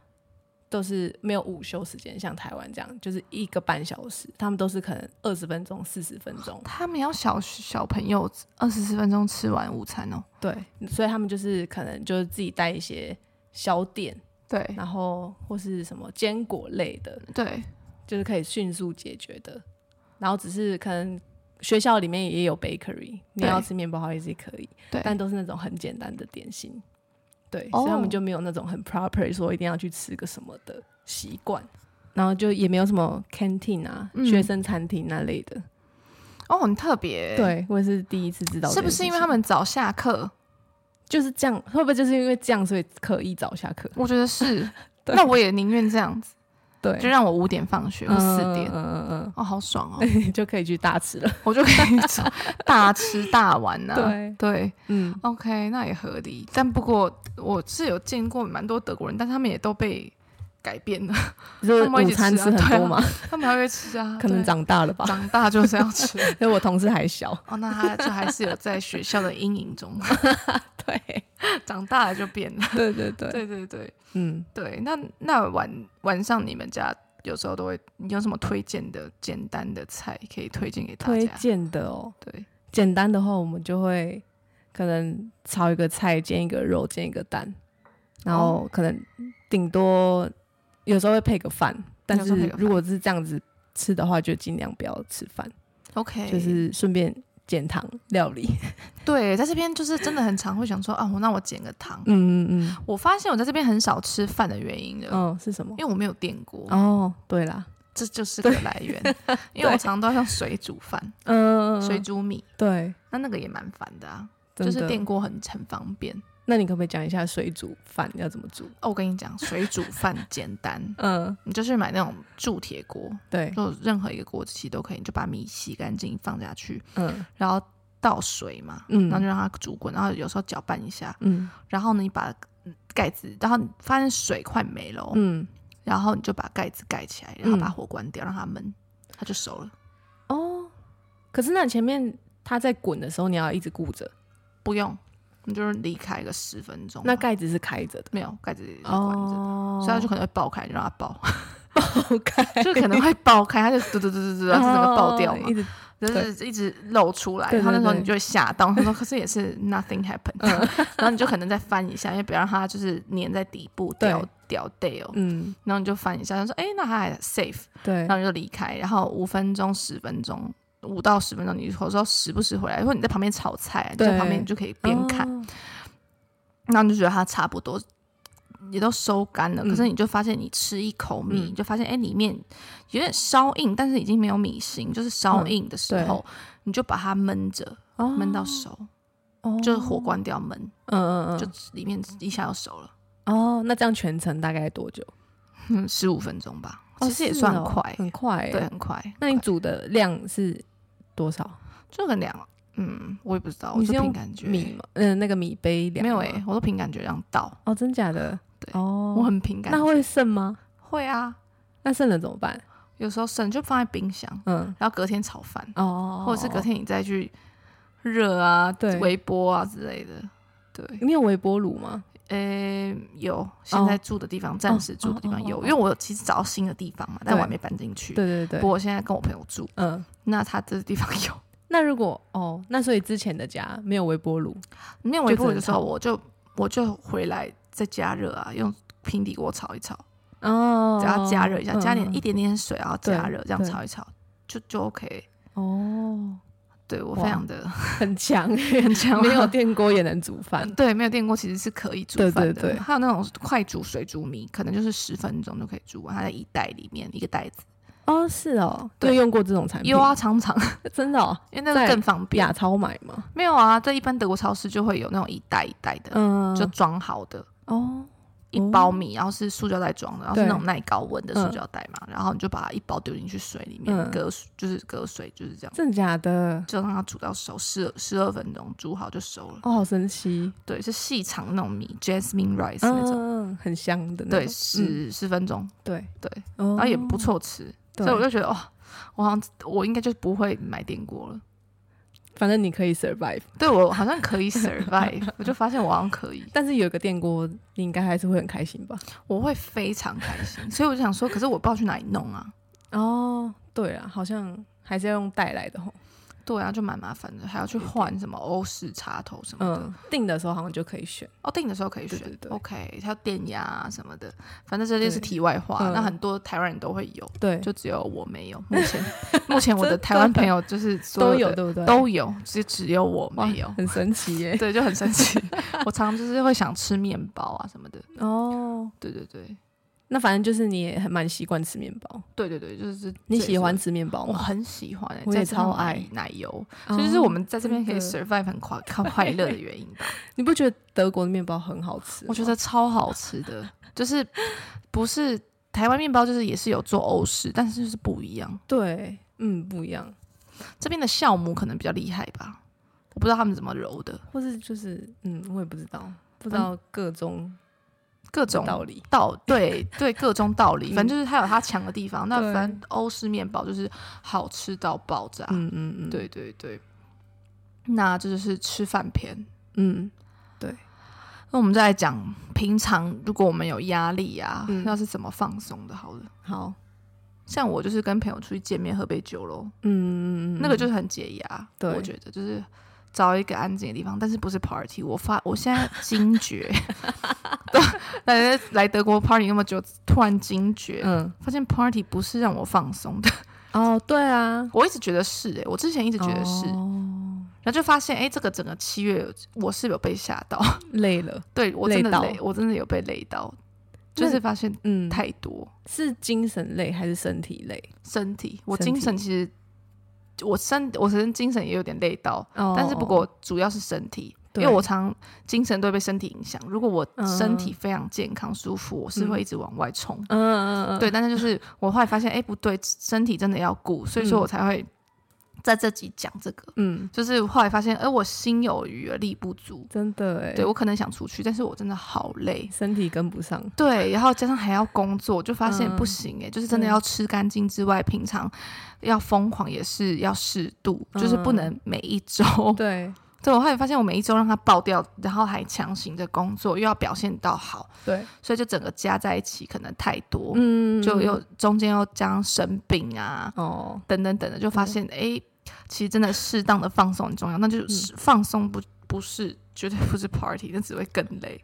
B: 都是没有午休时间，像台湾这样，就是一个半小时，他们都是可能二十分钟、四十分钟，
A: 他们要小小朋友二十四分钟吃完午餐哦。
B: 对，嗯所以他们就是可能就是自己带一些小点，
A: 对
B: 然后或是什么坚果类的，
A: 对，
B: 就是可以迅速解决的。然后只是可能学校里面也有 bakery，你
A: 对
B: 要吃面包的话也是可以，
A: 对
B: 但都是那种很简单的点心。对，
A: 哦
B: 所以他们就没有那种很 proper 说一定要去吃个什么的习惯，然后就也没有什么 canteen 啊、
A: 嗯
B: 学生餐厅那类的。
A: 哦，很特别。，
B: 对，我也是第一次知道这
A: 是
B: 件事情，
A: 不是因为他们早下课？
B: 就是这样？会不会就是因为这样，所以刻意早下课？
A: 我觉得是。
B: (laughs) 对
A: 那我也宁愿这样子，
B: 对，
A: 就让我五点放学或四点
B: 嗯，嗯嗯
A: 哦，好爽哦，
B: 嗯，就可以去大吃了。
A: 我就可以吃大吃大玩呐。
B: (laughs) 对
A: 对
B: 嗯，
A: ，OK，那也合理。但不过我是有见过蛮多德国人，但他们也都被改变了，
B: 就是
A: 他们
B: 午
A: 一起吃啊
B: 餐吃很多嘛，
A: 他们还会吃啊，
B: 可能
A: 对
B: 长大了吧，
A: 长大就是要
B: (laughs)
A: 吃。
B: 因为我同事还小。
A: (laughs) 哦，那他就还是有在学校的阴影中， (laughs)
B: 对，
A: 长大了就变了。
B: 对对对，
A: 对对对
B: 嗯，
A: 对，那那晚晚上你们家有时候都会，你有什么推荐的简单的菜可以推荐给大
B: 推
A: 家？
B: 荐的哦，
A: 对，
B: 简单的话我们就会可能炒一个菜，煎一个肉，煎一个蛋，然
A: 哦
B: 后可能顶多有时候会配个饭，但
A: 有时候
B: 是
A: 配个饭
B: 如果是这样子吃的话，就尽量不要吃饭，
A: ，OK，
B: 就是顺便减糖料理。
A: 对，在这边就是真的很常会想说啊，我那我减个糖。
B: 嗯嗯
A: 我发现我在这边很少吃饭的原因了，
B: 嗯，哦，是什么？
A: 因为我没有电锅，
B: 哦，对啦，
A: 这就是个来
B: (laughs)
A: 源。因为我常常都要用水煮饭、
B: 嗯，
A: 水煮米，
B: 对，
A: 那那个也蛮烦的啊，
B: 真
A: 就
B: 的
A: 是电。锅很很方便。
B: 那你可不可以讲一下水煮饭要怎么煮？
A: 哦，我跟你讲，水煮饭简单，
B: 嗯，
A: 你就去买那种铸铁锅，
B: 对，
A: 就任何一个锅子其实都可以，你就把米洗干净放下去，
B: 嗯
A: 然后倒水嘛，
B: 嗯
A: 然后就让它煮滚，然后有时候搅拌一下，
B: 嗯
A: 然后呢你把嗯盖子，然后你发现水快没了哦，
B: 嗯，
A: 然后你就把盖子盖起来，然后
B: 嗯
A: 把火关掉，让它焖，它就熟了。
B: 哦，可是那你前面它在滚的时候，你要一直顾着，
A: 不用，你就是离开个十分钟吧。
B: 那盖子是开着的，
A: 没有盖子也是关着的，
B: 哦
A: 所以它就可能会爆开，你让它
B: (laughs)
A: 爆， (laughs)
B: 不开，
A: 就可能会爆开，它就嘟嘟嘟嘟嘟，然后整个爆掉嘛
B: 哦一，直
A: 就是一直漏出来。
B: 对
A: 然后那时候
B: 对对嗯
A: 你就会吓到，他说可是也是 nothing happen，然后 (laughs) 你就可能再翻一下，因为不要让它就是粘在底部
B: 对
A: 掉掉 d 哦。
B: 嗯，
A: 然后你就翻一下，他说：“哎，那它还 safe。”
B: 对
A: 然，后你就离开，然后五分钟、十分钟、五到十分钟，你有时候时不时回来，或者你在旁边炒菜，啊你
B: 对
A: 在旁边你就可以边看，
B: 哦
A: 然后你就觉得它差不多也都收干了，
B: 嗯
A: 可是你就发现你吃一口米，
B: 嗯
A: 你就发现哎里面有点稍硬，但是已经没有米心，就是
B: 嗯
A: 稍硬的时候，你就把它焖着，
B: 哦
A: 焖到熟，
B: 哦
A: 就是火关掉焖，
B: 嗯嗯嗯，
A: 就
B: 就
A: 里面一下就熟了，
B: 哦，那这样全程大概多久？
A: 嗯，十五分钟吧，
B: 哦
A: 其实也
B: 是
A: 算
B: 哦
A: 快，
B: 很快欸，
A: 对，很快。
B: 那你
A: 快
B: 煮的量是多少？
A: 就很凉，嗯，我也不知道，我
B: 你
A: 就是凭
B: 用
A: 感觉
B: 米嘛，嗯，那个米杯量
A: 没有
B: 吗
A: 哎、我都凭感觉这样倒，
B: 欸哦，真假的？
A: 对
B: 哦，
A: 我很凭感觉。
B: 那会剩吗？
A: 会啊，
B: 那剩了怎么办？
A: 有时候剩就放在冰箱，
B: 嗯，
A: 然后隔天炒饭，
B: 哦，
A: 或者是隔天你再去热啊、
B: 对嗯
A: 微波啊之类的。对，
B: 你有微波炉吗？
A: 诶，有现在住的地方，暂时住的地方有，
B: 哦哦哦哦
A: 因为我其实找到新的地方嘛，但
B: 对
A: 我还没搬进去。
B: 对对
A: 嗯不
B: 对
A: 过，我现在跟我朋友住，
B: 嗯，
A: 那他这个地方有。
B: 那如果哦，那所以之前的家没有微波炉，
A: 没有微波炉
B: 就
A: 的
B: 只
A: 时
B: 能
A: 候，我就我就回来再加热啊，用平底锅炒一炒，
B: 哦
A: 只要加热一下，
B: 嗯
A: 加点
B: 嗯
A: 一点点水，然后加
B: 对
A: 热，这样
B: 对
A: 炒一炒就就 OK。
B: 哦，
A: 对我
B: 哇
A: 非常的
B: 很强欸
A: 很 (laughs) 强啊
B: 没有电锅也能煮饭
A: 嗯对，没有电锅其实是可以煮
B: 对
A: 饭的。
B: 对对
A: 还有那种快煮水煮米，可能就是十分钟就可以煮完，它在一袋里面一个袋子。
B: 哦，是哦，
A: 对
B: 你有用过这种产品？
A: 有啊，，常常，
B: 真的哦，
A: (laughs) 因为那个
B: 在
A: 更方便。
B: 亚超买吗？
A: 没有啊，在一般德国超市就会有那种一袋一袋的，
B: 嗯，
A: 就装好的。
B: 哦，
A: 一包米，然后是塑胶袋装的，然后是
B: 对
A: 那种耐高温的塑
B: 嗯
A: 胶袋嘛，然后你就把它一包丢进去水里面，
B: 嗯
A: 隔水就是隔水，就是这样，
B: 真的假的？
A: 就让它煮到熟，十十二分钟煮好就熟了。
B: 哦，好神奇，
A: 对，是细长那种米，jasmine rice 那
B: 嗯
A: 种，
B: 嗯，嗯很哦香的那
A: 对，
B: 种，
A: 十十分钟，
B: 对
A: 对，
B: 然
A: 然后也不错吃，
B: 对
A: 所以我就觉得哇，我好像我应该就不会买电锅了。
B: 反正你可以 survive，
A: 对我好像可以
B: (laughs)
A: survive，我就发现我好像可以，
B: 但是有一个电锅，你应该还是会很开心吧？
A: 我会非常开心，所以我就想说，可是我不知道去哪里弄啊。
B: 哦，对啊，好像还是要用带来的吼。
A: 对啊，就蛮麻烦的，还要去换什么欧式插头什么的。
B: 嗯，订的时候好像就可以选。
A: 哦，订的时候可以选
B: 对对对
A: o k 还有电压、啊、什么的，反正这些是
B: 对
A: 题外话。
B: 嗯
A: 那很多台湾人都会有，
B: 对，
A: 就只有我没
B: (laughs)
A: 有。目前目前我
B: 真
A: 的
B: 的
A: 台湾朋友就是所
B: 都
A: 有
B: 有，
A: 的
B: 对不对？
A: 都有，只只有我没有
B: 哇，。很神奇 (laughs) 耶。
A: 对，就很神奇。我常常就是会想吃面包啊什么的。
B: 哦，
A: 对对对，
B: 那反正就是你也很蛮习惯吃面包，
A: 对对对，就是这
B: 你
A: 也
B: 喜
A: 是
B: 欢
A: 我？
B: 吃面包
A: 我
B: 吗？
A: 很喜欢、欸，
B: 我
A: 再
B: 也
A: 加上
B: 超爱
A: 奶奶油，
B: 哦
A: 这就是我们在这边可以
B: 真
A: survive 很快快乐的原因吧。
B: 你不觉得德国的面包很好吃吗？
A: (laughs) 我觉得超好吃的，就是不是台湾面包，就是也是有做欧式，但是就是不一样。
B: 对，嗯，不一样，
A: 这边的酵母可能比较厉害吧，我不知道他们怎么揉的，
B: 或是就是嗯，我也不知道，不知道各种
A: 各种
B: 道理。
A: 道对对各种道 (laughs) 理，
B: 嗯
A: 反正就是它有它强的地方。那
B: 对
A: 反正欧式面包就是好吃到爆炸，
B: 嗯嗯嗯，
A: 对，对对。那这就是吃饭篇，
B: 嗯，
A: 那我们再来讲平常如果我们有压力啊，
B: 嗯
A: 要是怎么放松的？好了，
B: 好，
A: 像我就是跟朋友出去见面喝杯酒喽。
B: 嗯，嗯嗯
A: 那个就是很解压。
B: 对
A: 我觉得就是找一个安静的地方，但是不是 party。我发，我现在惊
B: (laughs)
A: 觉，来来德国 party 那么久，突然惊觉，
B: 嗯，
A: 发现 party 不是让我放松的。 (laughs)
B: 哦，对啊，
A: 我一直觉得是诶、我之前一直觉得是，
B: 哦
A: 然后就发现诶、这个整个七月我是有被吓到， (laughs)
B: 累了，
A: 对我真的
B: 累到
A: 累，我真的有被累到，
B: 那
A: 就是发现
B: 嗯，
A: 太多
B: 是精神累还是身体累？
A: 身体，我
B: 身体
A: 精神其实。我身我身精神也有点累到，
B: 哦
A: 但是不过主要是身体，因
B: 对
A: 为我常精神都会被身体影响。如果我
B: 嗯
A: 身体非常健康舒服，我是会一直往外冲。
B: 嗯嗯嗯，
A: 对，但是就是我后来发现，哎、不对，身体真的要顾，所以说
B: 嗯
A: 我才会在这集讲这个。
B: 嗯，
A: 就是后来发现，哎、我心有余而力不足。
B: 真的哎，
A: 对我可能想出去，但是我真的好累。
B: 身体跟不上，
A: 对，然后加上还要工作，就发现
B: 嗯
A: 不行哎、就是真的
B: 对
A: 要吃干净之外，平常要疯狂也是要适度，就是不
B: 嗯
A: 能每一周。 (laughs)
B: 对
A: 对，我后来发现我每一周让它爆掉，然后还强行的工作，又要表现到好，
B: 对，
A: 所以就整个加在一起可能太多，
B: 嗯
A: 就又中间又加上生病啊，
B: 哦，
A: 等等等等，就发现哎、诶其实真的适当的放松很重要，那
B: 嗯
A: 就是放松不不是绝对不是 party，那只会更累。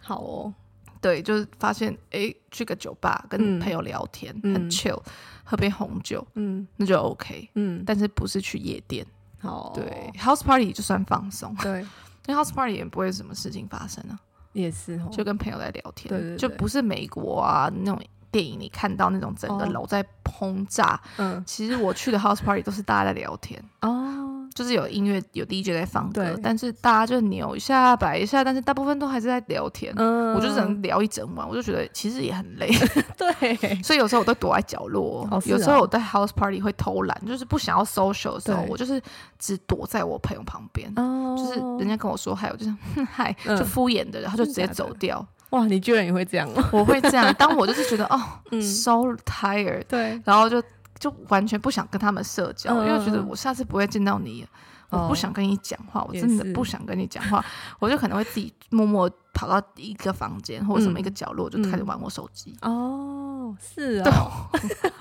B: 好哦，
A: 对，就是发现哎、诶去个酒吧跟
B: 嗯
A: 朋友聊天、很
B: 嗯
A: chill，喝杯红酒
B: 嗯
A: 那就 OK，
B: 嗯，
A: 但是不是去夜店？
B: 好，哦
A: 对，house party 就算放松，
B: 对，
A: 因为 house party 也不会有什么事情发生啊。
B: 也是哦，
A: 就跟朋友在聊天，
B: 对对对
A: 就不是美国啊那种电影你看到那种整个
B: 哦
A: 楼在轰炸。
B: 嗯
A: 其实我去的 house party 都是大家在聊天，
B: 哦，
A: 就是有音乐有 DJ 在放歌
B: 对，
A: 但是大家就扭一下摆一下，但是大部分都还是在聊天。
B: 嗯
A: 我就只能聊一整晚，我就觉得其实也很累， (laughs)
B: 对，
A: 所以有时候我都躲在角落。
B: 哦是
A: 有
B: 哦
A: 时候我在 house party 会偷懒，就是不想要 social 的时候，
B: 对
A: 我就是只躲在我朋友旁边。
B: 哦
A: 就是人家跟我说嗨，我就想 (laughs) 嗨，
B: 嗯
A: 就敷衍的，然后就直接
B: 真的假
A: 走
B: 的
A: 掉。
B: 哇，你居然也会这样哦！
A: 我会这样。当我就是觉得哦、
B: (laughs) 嗯
A: s o tired，
B: 对，
A: 然后就就完全不想跟他们社交，
B: 嗯哦
A: 因为觉得我下次不会见到你，我不想跟你讲话，我
B: 也
A: 真的
B: 是
A: 不想跟你讲话， (laughs) 我就可能会自己默默跑到一个房间或者什么
B: 嗯
A: 一个角落，就开始玩我手机，
B: 哦，是
A: 对
B: 啊，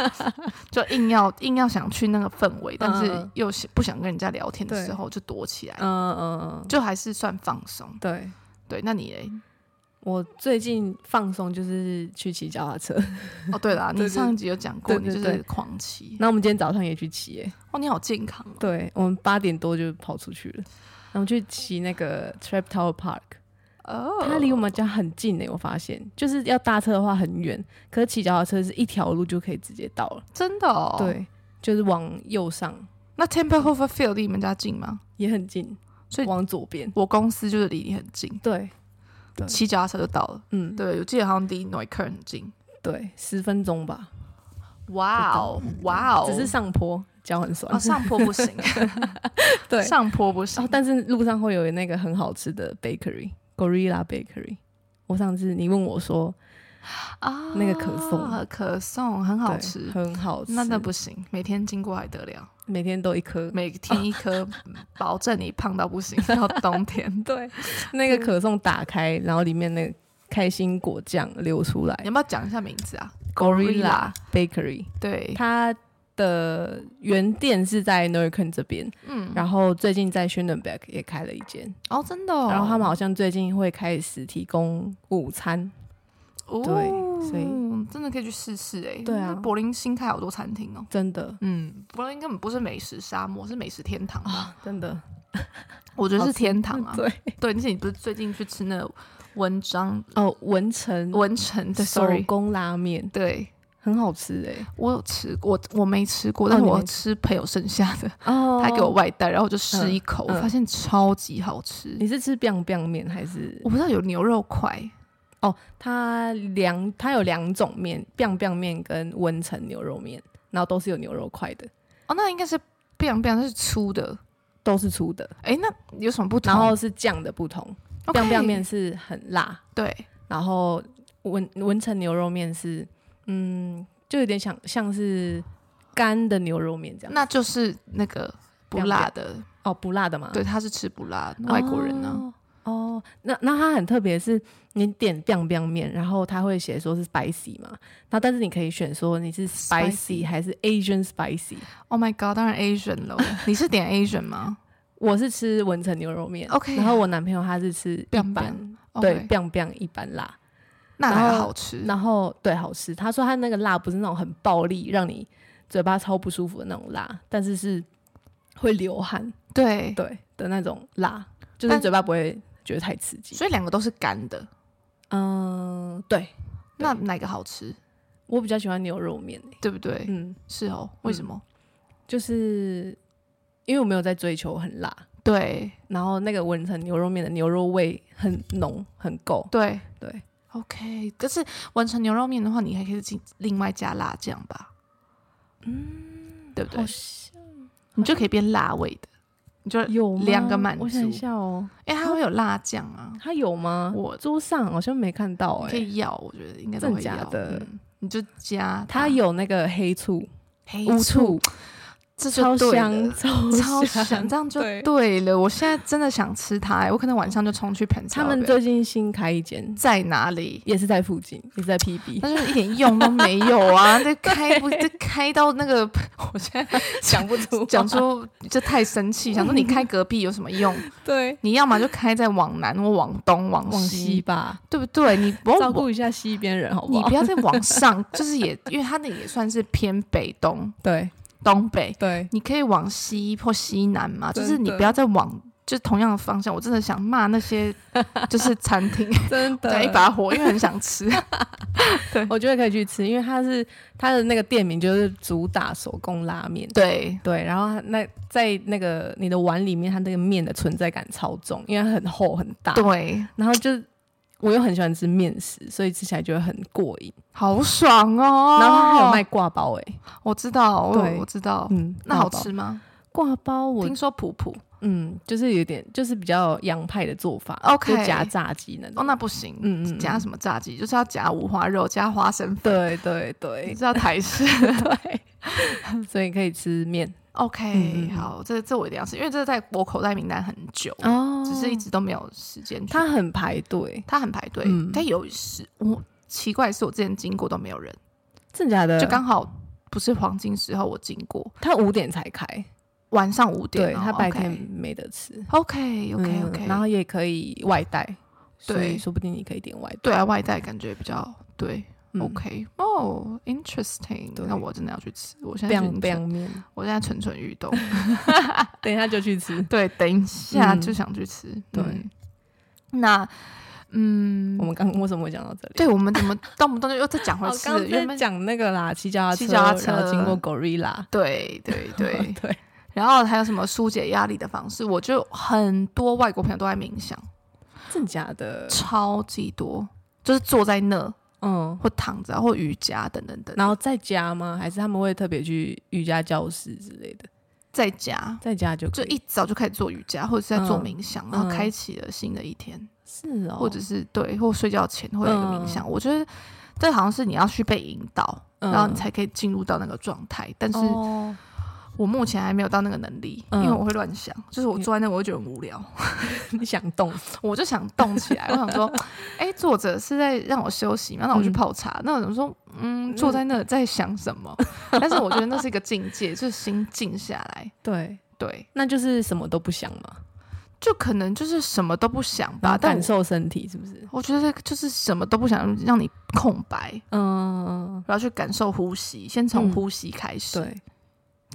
A: (laughs) 就硬要硬要想去那个氛围，但是
B: 嗯
A: 又想不想跟人家聊天的
B: 对
A: 时候就躲起来，
B: 嗯嗯嗯，
A: 就还是算放松。
B: 对。
A: 对，那你
B: 嗯
A: 嘞？
B: 我最近放松就是去骑脚踏车，
A: 哦，对
B: (laughs)
A: 啦，
B: 对
A: 你
B: 对
A: 上一集有讲过，
B: 对对
A: 你就
B: 对
A: 是狂骑。
B: 那我们今天早上也去骑、耶
A: 哦，你好健康哦。
B: 对我们八点多就跑出去了，然后去骑那个 Trap Tower Park，
A: 哦，
B: 它离我们家很近呢、我发现就是要搭车的话很远，可是骑脚踏车是一条路就可以直接到了，
A: 真的哦。，
B: 对，就是往右上
A: 那 Templehofer Field 离你们家近吗？
B: 也很近，
A: 所以
B: 往左边，
A: 我公司就是离你很近，
B: 对，对
A: 骑脚踏车就到了。
B: 嗯，
A: 对，我记得好像离 n o i k e r 很近。
B: 对，十分钟吧，
A: 哇哦，哇哦，
B: 只是上坡，脚很酸，
A: 哦上坡不行，
B: (laughs) 对，
A: 上坡不行
B: 哦，。但是路上会有那个很好吃的 bakery Gorilla Bakery。我上次你问我说
A: 啊，
B: (laughs) 那个可颂
A: 可颂很好
B: 对
A: 吃，
B: 很好吃，
A: 那那不行，每天经过还得了？
B: 每天都一颗。
A: 每天一颗，保证你胖到不行， (laughs) 到冬天。
B: 对，那个可颂打开，然后里面那个开心果酱流出来
A: 你要不要讲一下名字啊
B: Gorilla Bakery，
A: 对，
B: 它的原店是在 n u r k e n 这边，
A: 嗯，
B: 然后最近在 s c h ö n e n b e r g 也开了一间，
A: 哦，真的、哦，
B: 然后他们好像最近会开始提供午餐。
A: 哦
B: 对所以
A: 真的可以去试试哎。
B: 对啊
A: 那柏林新开好多餐厅哦。
B: 真的
A: 嗯，柏林根本不是美食沙漠，是美食天堂啊！
B: 啊，真的，
A: 我觉得是天堂啊。
B: (laughs) 对
A: 对，而且你不是最近去吃那文章
B: 哦，文成
A: 文成对
B: 手
A: ，sorry，
B: 工拉面
A: 对
B: 很好吃哎、
A: 我有吃过，我没吃过，但
B: 哦你
A: 我
B: 没
A: 吃朋友剩下的，
B: 哦
A: 他给我，外带，然后我就试一口，
B: 嗯嗯
A: 我发现超级好吃。
B: 你是吃 biang biang 面还是
A: 我？不知道有牛肉块，
B: 哦，它两它有两种面，biang biang 面跟温城牛肉面，然后都是有牛肉块的，
A: 哦，那应该是不想不想是粗的，
B: 都是粗的，
A: 哎，那有什么不同？
B: 然后是酱的不同，biang biang 面是很辣，
A: 对，
B: 然后温温城牛肉面是嗯，就有点像像是干的牛肉面这样，
A: 那就是那个不辣的，
B: 哦不辣的嘛，
A: 对，他是吃不辣，外国人呢、
B: 哦？哦，那那它很特别，是你点 biang biang 面，然后它会写说是 spicy 嘛，那但是你可以选说你是
A: Spicy
B: spicy 还是 Asian spicy。
A: Oh my god，当然 Asian 咯，你是点 Asian 吗？
B: 我是吃文成牛肉面
A: OK
B: 然后我男朋友他是吃一
A: biang
B: 般，对
A: OK，
B: biang biang 一般辣，
A: 那还
B: 然后
A: 好吃。
B: 然后对好吃。他说他那个辣不是那种很暴力，让你嘴巴超不舒服的那种辣，但是是会流汗
A: 对，
B: 对的那种辣，就
A: 但
B: 是嘴巴不会觉得太刺激。
A: 所以两个都是干的，
B: 嗯，对
A: 那哪个好吃？
B: 我比较喜欢牛肉面、欸
A: 对不对？
B: 嗯，
A: 是哦，为什么？
B: 就是因为我没有在追求很辣，
A: 对
B: 然后那个文成牛肉面的牛肉味很浓很够，
A: 对
B: 对，
A: ，OK。可是完成牛肉面的话，你还可以另另外加辣酱吧？嗯，对不对
B: 好？像
A: 你就可以变辣味的，你就
B: 有吗
A: 两个满
B: 我想
A: 足
B: 一下哦，
A: 哎，它会有辣酱啊。
B: 它有吗？
A: 我
B: 桌上好像没看到哎、
A: 可以要，我觉得应该都会
B: 真假
A: 要
B: 的
A: 嗯你就加
B: 它有那个黑醋、
A: 黑
B: 乌
A: 醋，
B: 醋，
A: 这就
B: 超
A: 对
B: 香，
A: 了
B: 超
A: 超香，这样就
B: 对
A: 对了。我现在真的想吃它、欸，我可能晚上就冲去盆。
B: 他们最近新开一间，
A: 在哪里？
B: 也是在附近，也是在 PB，
A: (laughs) 那就是一点用都没有啊！ (laughs) 这开不这开到那个， (laughs) 我现在
B: 想不 (laughs) 出
A: 讲出这太生气，想说你开隔壁有什么用？
B: 对，
A: 你要么就开在往南或往东往
B: 往西吧，
A: 对不对？你不要
B: 照顾一啊下西边人好不
A: 哦你
B: 好
A: 不？要再往上，就是也因为它那也算是偏北东
B: 对
A: 东北， (laughs)
B: 对，
A: 你可以往西或西南嘛，就
B: 真的
A: 是你不要再往就是同样的方向。我真的想骂那
B: (laughs)
A: 些就是餐厅，
B: 真
A: 讲
B: 的
A: 一把火，因为很想
B: (laughs)
A: 吃。
B: 我觉得可以去吃，因为它是它的那个店名就是主打手工拉面。
A: 对，
B: 对，然后它那在那个你的碗里面，它那个面的存在感超重，因为它很厚很大。
A: 对，
B: 然后就我又很喜欢吃面食，所以吃起来就会很过瘾。
A: 好爽哦。
B: 然后它还有卖挂包哎、
A: 我知道，我
B: 对
A: 我知道，
B: 嗯，
A: 那
B: 挂
A: 好
B: 包
A: 吃吗？
B: 挂包我
A: 听说普普
B: 嗯，就是有点就是比较洋派的做法
A: OK
B: 就夹炸鸡那
A: 哦，
B: 种。
A: 那不行，
B: 嗯嗯嗯
A: 加什么炸鸡，就是要加五花肉，加花生粉，
B: 对对
A: 你
B: 对
A: 知道台
B: (laughs)
A: 式
B: 嗯对，所以可以吃面
A: OK，、
B: 嗯嗯嗯
A: 好，这这我一定要吃，因为这在我口袋名单很久，
B: 哦
A: 只是一直都没有时间去。
B: 它很排队，
A: 它很排队，
B: 嗯
A: 但有时我奇怪的是我之前经过都没有人，
B: 真假的？
A: 就刚好不是黄金时候我经过，
B: 它五点才开，
A: 晚上五点哦、
B: 对，它白天没得吃。
A: OK OK
B: 嗯
A: OK，、
B: 然后也可以外带，所
A: 对
B: 以说不定你可以点外带。
A: 对啊，外带感觉比较对。
B: 嗯
A: OK，哦、i n t e r e s t i n g
B: 对
A: 那我真的要去吃，我现在
B: ，biang
A: 蠢蠢
B: biang 面，
A: 我现在蠢蠢欲动。
B: 等一下就去吃。
A: 对，等一下
B: 嗯
A: 就想去吃。
B: 对
A: 嗯那嗯
B: 我，们刚为什么会讲到这里？
A: 对我们怎么动不动就又再讲回
B: 哦，
A: 吃
B: 刚？
A: 原
B: 刚在
A: 本
B: 讲那个啦，骑脚踏
A: 骑
B: 车，
A: 脚踏车
B: 然后经过 Gorilla，
A: 对
B: (laughs)
A: 对对，
B: 对，
A: 然后还有什么疏解压力的方式？我就很多外国朋友都在冥想，
B: 真假的，
A: 超级多，就是坐在那
B: 嗯。
A: 或躺着啊或瑜伽等等等，
B: 然后在家吗？还是他们会特别去瑜伽教室之类的？
A: 在家
B: 在家就可
A: 就
B: 以
A: 一早就开始做瑜伽，或者是在做
B: 嗯
A: 冥想，然后
B: 嗯
A: 开启了新的一天，
B: 是哦，
A: 或者是对，或睡觉前会有一个冥想。我觉得这好像是你要去被引导，
B: 嗯
A: 然后你才可以进入到那个状态，但是
B: 哦，
A: 我目前还没有到那个能力，
B: 嗯
A: 因为我会乱想，就是我坐在那我会觉得很无聊。
B: (laughs) 你想动
A: 我就想动起来，我想
B: (laughs)
A: 说，哎、作者是在让我休息吗？那我去
B: 嗯
A: 泡茶。那我怎么说？嗯，坐在那在想什么？ (laughs) 但是我觉得那是一个境界，就是心静下来，
B: 对，
A: 对，
B: 那就是什么都不想嘛，
A: 就可能就是什么都不想
B: 然
A: 吧。
B: 后
A: 但
B: 感受身体是不是？
A: 我觉得就是什么都不想，让你空白，
B: 嗯，
A: 然后去感受呼吸，先从
B: 嗯
A: 呼吸开始。
B: 对，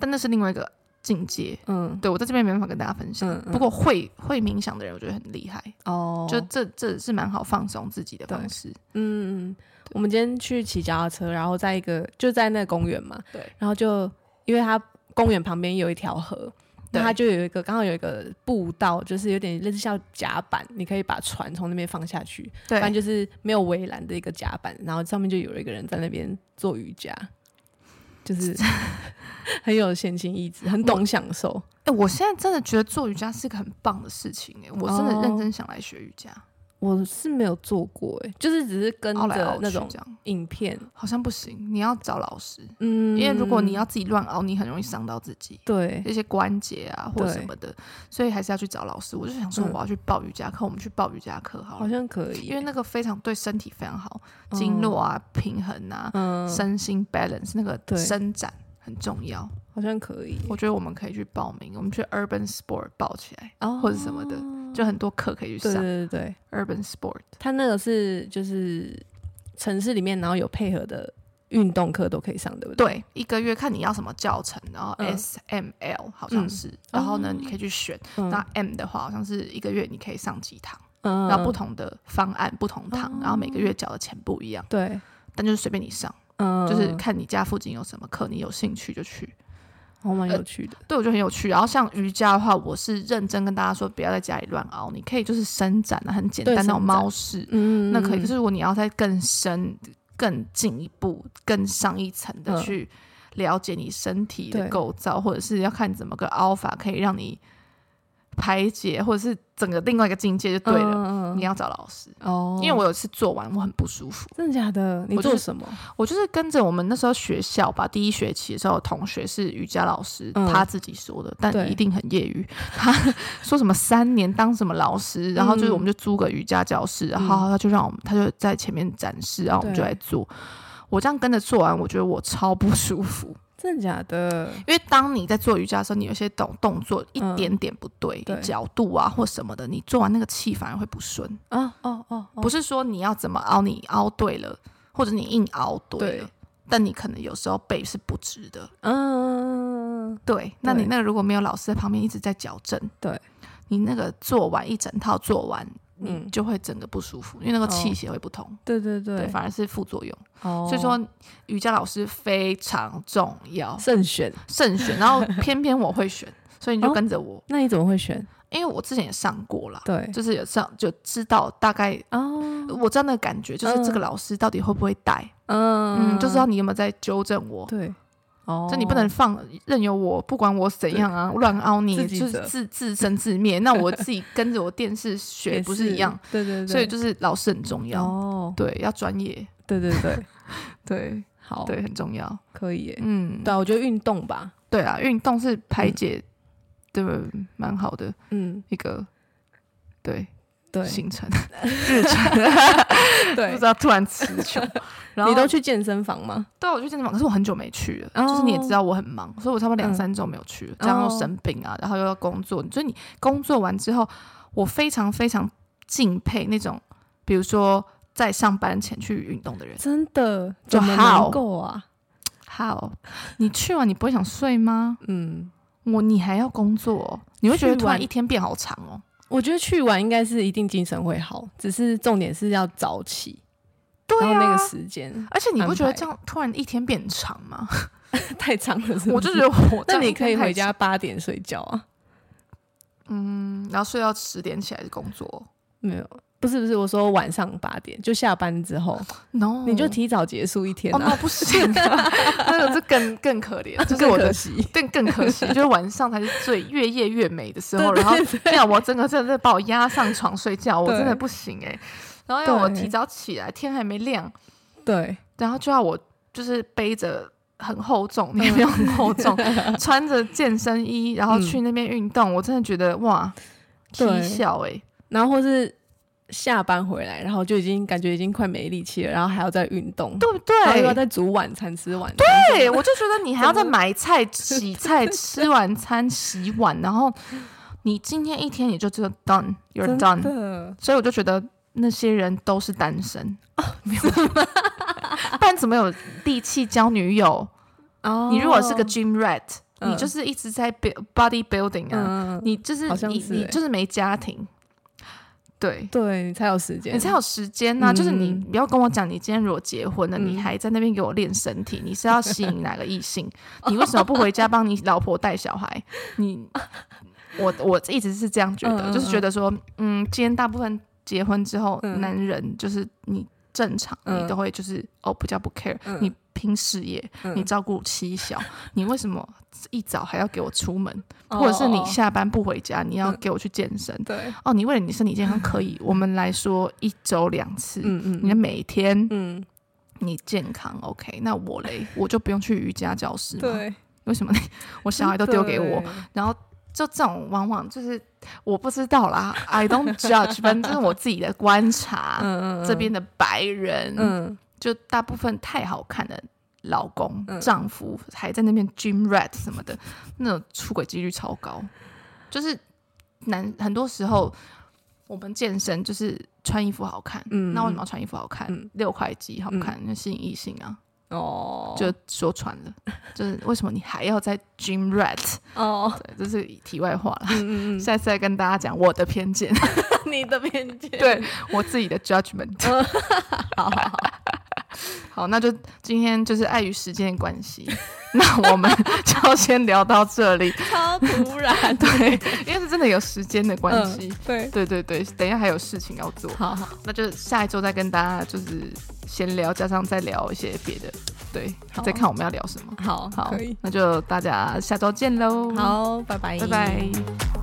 A: 但那是另外一个境界。
B: 嗯
A: 对我在这边没办法跟大家分享。
B: 嗯，嗯
A: 不过会会冥想的人，我觉得很厉害，
B: 哦，
A: 就这这是蛮好放松自己的方
B: 对
A: 式。
B: 嗯，嗯，我们今天去骑脚踏车，然后在一个就在那个公园嘛，
A: 对，
B: 然后就因为它公园旁边有一条河，那
A: 对
B: 它就有一个刚好有一个步道，就是有点类似像甲板，你可以把船从那边放下去，
A: 对
B: 反正就是没有围栏的一个甲板，然后上面就有一个人在那边做瑜伽，就是 (laughs) 很有闲情逸致，很懂享受。
A: 哎、我现在真的觉得做瑜伽是一个很棒的事情哎、我真的
B: 哦
A: 认真想来学瑜伽，
B: 我是没有做过、欸，就是只是跟
A: 熬来
B: 着
A: 熬
B: 那
A: 去
B: 种
A: 这样，
B: 影片，
A: 好像不行，你要找老师，
B: 嗯，
A: 因为如果你要自己乱熬，你很容易伤到自己
B: 对
A: 一些关节啊或
B: 对
A: 什么的，所以还是要去找老师。我就想说
B: 嗯
A: 我要去报瑜伽课，我们去报瑜伽课好了，
B: 好像可以欸、
A: 因为那个非常对身体非常好，经络啊、平衡啊、
B: 嗯，
A: 身心 balance 那个
B: 对
A: 伸展很重要。
B: 好像可以，
A: 我觉得我们可以去报名，我们去 Urban Sport 报起来，
B: 哦
A: 或者什么的就很多课可以去
B: 对
A: 上
B: 对对对，
A: Urban Sport。
B: 他那个是就是城市里面，然后有配合的运动课都可以上，对不对？
A: 对，一个月看你要什么教程，然后
B: 嗯
A: S M L 好像是，然后呢你可以去选。
B: 嗯
A: 那 M 的话，好像是一个月你可以上几堂，
B: 嗯哦
A: 然后不同的方案、不同堂，然后每个月缴的钱不一样，
B: 对，
A: 但就是随便你上，
B: 嗯，
A: 就是看你家附近有什么课，你有兴趣就去。
B: 还
A: 呃
B: 蛮有趣的，
A: 对，我觉得很有趣。然后像瑜伽的话，我是认真跟大家说，不要在家里乱熬，你可以就是伸展啊，很简单
B: 对
A: 那种
B: 伸展
A: 猫式，
B: 嗯，
A: 那可以。
B: 嗯
A: 可是如果你要再更深、更进一步、更上一层的
B: 嗯
A: 去了解你身体的
B: 对
A: 构造，或者是要看怎么个 alpha 可以让你排解，或者是整个另外一个境界就对了。
B: 嗯嗯嗯
A: 你要找老师，
B: 哦，
A: 因为我有一次做完我很不舒服，
B: 真的假的？你
A: 我就
B: 做
A: 是
B: 什么？
A: 我就是跟着我们那时候学校吧，第一学期的时候，同学是瑜伽老师，
B: 嗯
A: 他自己说的，
B: 对
A: 但一定很业余。 (laughs) 他说什么三年当什么老师，然后就是
B: 嗯
A: 我们就租个瑜伽教室，然后他就让我们，他就在前面展示，然后我们就
B: 对
A: 来做。我这样跟着做完，我觉得我超不舒服，
B: 真的假的？
A: 因为当你在做瑜伽的时候，你有些动动作一点点不对，
B: 嗯对
A: 角度啊或什么的，你做完那个气反而会不顺。
B: 啊哦哦哦，
A: 不是说你要怎么凹，你凹对了，或者你硬凹对了，
B: 对
A: 但你可能有时候背是不直的。
B: 嗯，
A: 对，那你
B: 对
A: 那个如果没有老师在旁边一直在矫正，
B: 对，
A: 你那个做完一整套做完，嗯
B: 嗯，
A: 就会整个不舒服，因为那个气血会不同，
B: 对对对
A: 对，，反而是副作用。
B: 哦，
A: 所以说瑜伽老师非常重要，
B: 慎选。
A: 慎选。然
B: (laughs)
A: 后偏偏我会选，所以你就
B: 哦
A: 跟着我，
B: 那你怎么会选？
A: 因为我之前也上过啦，
B: 对
A: 就是有上就知道大概，
B: 哦，
A: 我知道那个感觉，就是这个
B: 嗯
A: 老师到底会不会带。
B: 嗯
A: 嗯，就知道你有没有在纠正我。
B: 对，哦，
A: 就你不能放任由我，不管我怎样啊，乱凹你，
B: 自己
A: 就
B: 责
A: 是自自生自灭。那我自
B: (laughs)
A: 己跟着我电视学
B: 也
A: 不是一样？？
B: 对对对，
A: 所以就是老师很重要，
B: 哦，
A: 对，要专业，
B: 对对 (laughs) 对，
A: 对
B: 好，
A: 对，很重要。
B: 可以耶。
A: 嗯，
B: 对啊，我嗯觉得运动吧，
A: 对啊，运动是排解对蛮好的
B: 嗯，
A: 一个对
B: 对
A: 行程日程， (laughs) 不
B: 对
A: 知，道突然词
B: (laughs)
A: 穷。然后
B: 你都去健身房吗？
A: 对啊，我去健身房，可是我很久没去了，
B: 哦
A: 就是你也知道我很忙，所以我差不多两
B: 嗯
A: 三周没有去了，加上又生病啊，然后又要工作，所以你工作完之后，我非常非常敬佩那种，比如说在上班前去运动的人。
B: 真的
A: 就
B: 怎么
A: 好
B: 能够啊？
A: 好，你去完你不会想睡吗？
B: 嗯，
A: 我你还要工作、哦，你会觉得
B: 去
A: 突然
B: 完
A: 一天变好长哦。
B: 我觉得去玩应该是一定精神会好，只是重点是要早起，
A: 对
B: 然后
A: 啊，
B: 那个时 (laughs) 间
A: 而且你不觉得
B: 安排
A: 这样突然一天变长吗？
B: 太长了是不是
A: (laughs) 我就觉得 (laughs) 我这
B: (laughs) 那
A: 样
B: 你
A: 一
B: 可
A: 天
B: 以
A: 太
B: 回家八点睡觉啊？
A: 长，然后睡到十点起来工作。哦
B: 没有，不是不是，我说晚上八点就下班之后，
A: No，
B: 你就提早结束一天
A: 嗯哦，
B: 啊，
A: 那不行、
B: (laughs)
A: 啊，那个是更更可怜，就是
B: 更
A: 我的 (laughs)
B: 可惜。
A: 更更可惜，就是晚上才是最越夜越美的时候，
B: 对对
A: 然后那样我真的真的把我压上床睡觉，我
B: 对
A: 真的不行哎、然后要我
B: 对
A: 提早起来，天还没亮，
B: 对，
A: 然后就要我就是背着。很厚
B: 嗯
A: 重，也没有很厚
B: (laughs)
A: 重，穿着健身衣，然后去那边运动，我真的觉得哇，
B: 嗯对
A: 踢笑哎、
B: 然后或是下班回来，然后就已经感觉已经快没力气了，然后还要再运动，
A: 对不
B: 然后又要
A: 对？
B: 再煮晚餐、吃晚餐。
A: 对，我就觉得你还要再
B: 真的
A: 买菜、洗菜、吃晚餐、洗碗，然后你今天一天也就只有 done，you're
B: 真
A: done，
B: 的，
A: 所以我就觉得那些人都是单身，
B: 哦
A: (laughs) 没有，不然怎么有力气交女友？
B: 哦
A: 你如果是个 gym rat，、
B: 嗯
A: 你就是一直在 build body building 啊，
B: 嗯，嗯
A: 你就是
B: 好像
A: 你
B: 是
A: 你
B: 欸
A: 就是没家庭，对。
B: 对你才有时间，
A: 你才有时间呐、
B: 嗯
A: 就是你不要跟我讲，你今天如果结婚了，
B: 嗯
A: 你还在那边给我练身体，你是要吸引哪个异性？你为什么不回家帮你老婆带小孩？你，我我一直是这样觉得，
B: 嗯嗯
A: 就是觉得说，嗯，今天大部分结婚之后，
B: 嗯
A: 男人就是你正常，
B: 嗯
A: 你都会就是哦比较不 care，、
B: 嗯
A: 你拼事业，
B: 嗯
A: 你照顾妻小，你为什么一早还要给我出门，
B: 哦
A: 或者是你
B: 哦
A: 下班不回家，你要
B: 嗯
A: 给我去健身？
B: 对，
A: 哦，你为了你身体健康可以，我们来说一周两次，
B: 嗯嗯
A: 你的每天
B: 嗯，
A: 你健康 OK，那我嘞我就不用去瑜伽教室吗？
B: 对，
A: 为什么呢？我小孩都丢给我，啊
B: 对，
A: 然后就这种往往就是我不知道啦，I don't judge，反正这是我自己的观察，
B: 嗯嗯，
A: 这边的白人，
B: 嗯，
A: 就大部分太好看的。老公、
B: 嗯
A: 丈夫还在那边 gym rat 什么的，那种出轨几率超高。就是男很多时候，我们健身就是穿衣服好看，
B: 嗯
A: 那为什么要穿衣服好看？
B: 嗯
A: 六块肌好看，那吸引异性啊，
B: 哦，
A: 就说穿了，就是为什么你还要在 gym rat？
B: 哦， (laughs)
A: 对，这是题外话了。
B: 嗯嗯
A: 下次再跟大家讲我的偏见，
B: 嗯，你的偏见，
A: 对我自己的 judgment。
B: (laughs) 好，好好
A: 好，那就今天就是碍于时间的关系， (laughs) 那我们就先聊到这里。
B: 超突然，
A: (laughs) 对，因为是真的有时间的关
B: 嗯
A: 系。
B: 对，
A: 对对对，等一下还有事情要做，
B: 好好
A: 那就下一周再跟大家就是闲聊，加上再聊一些别的，对，
B: 好
A: 再看我们要聊什么。
B: 好
A: 好
B: 可以，，
A: 那就大家下周见喽。，
B: 好，拜拜，
A: 拜拜。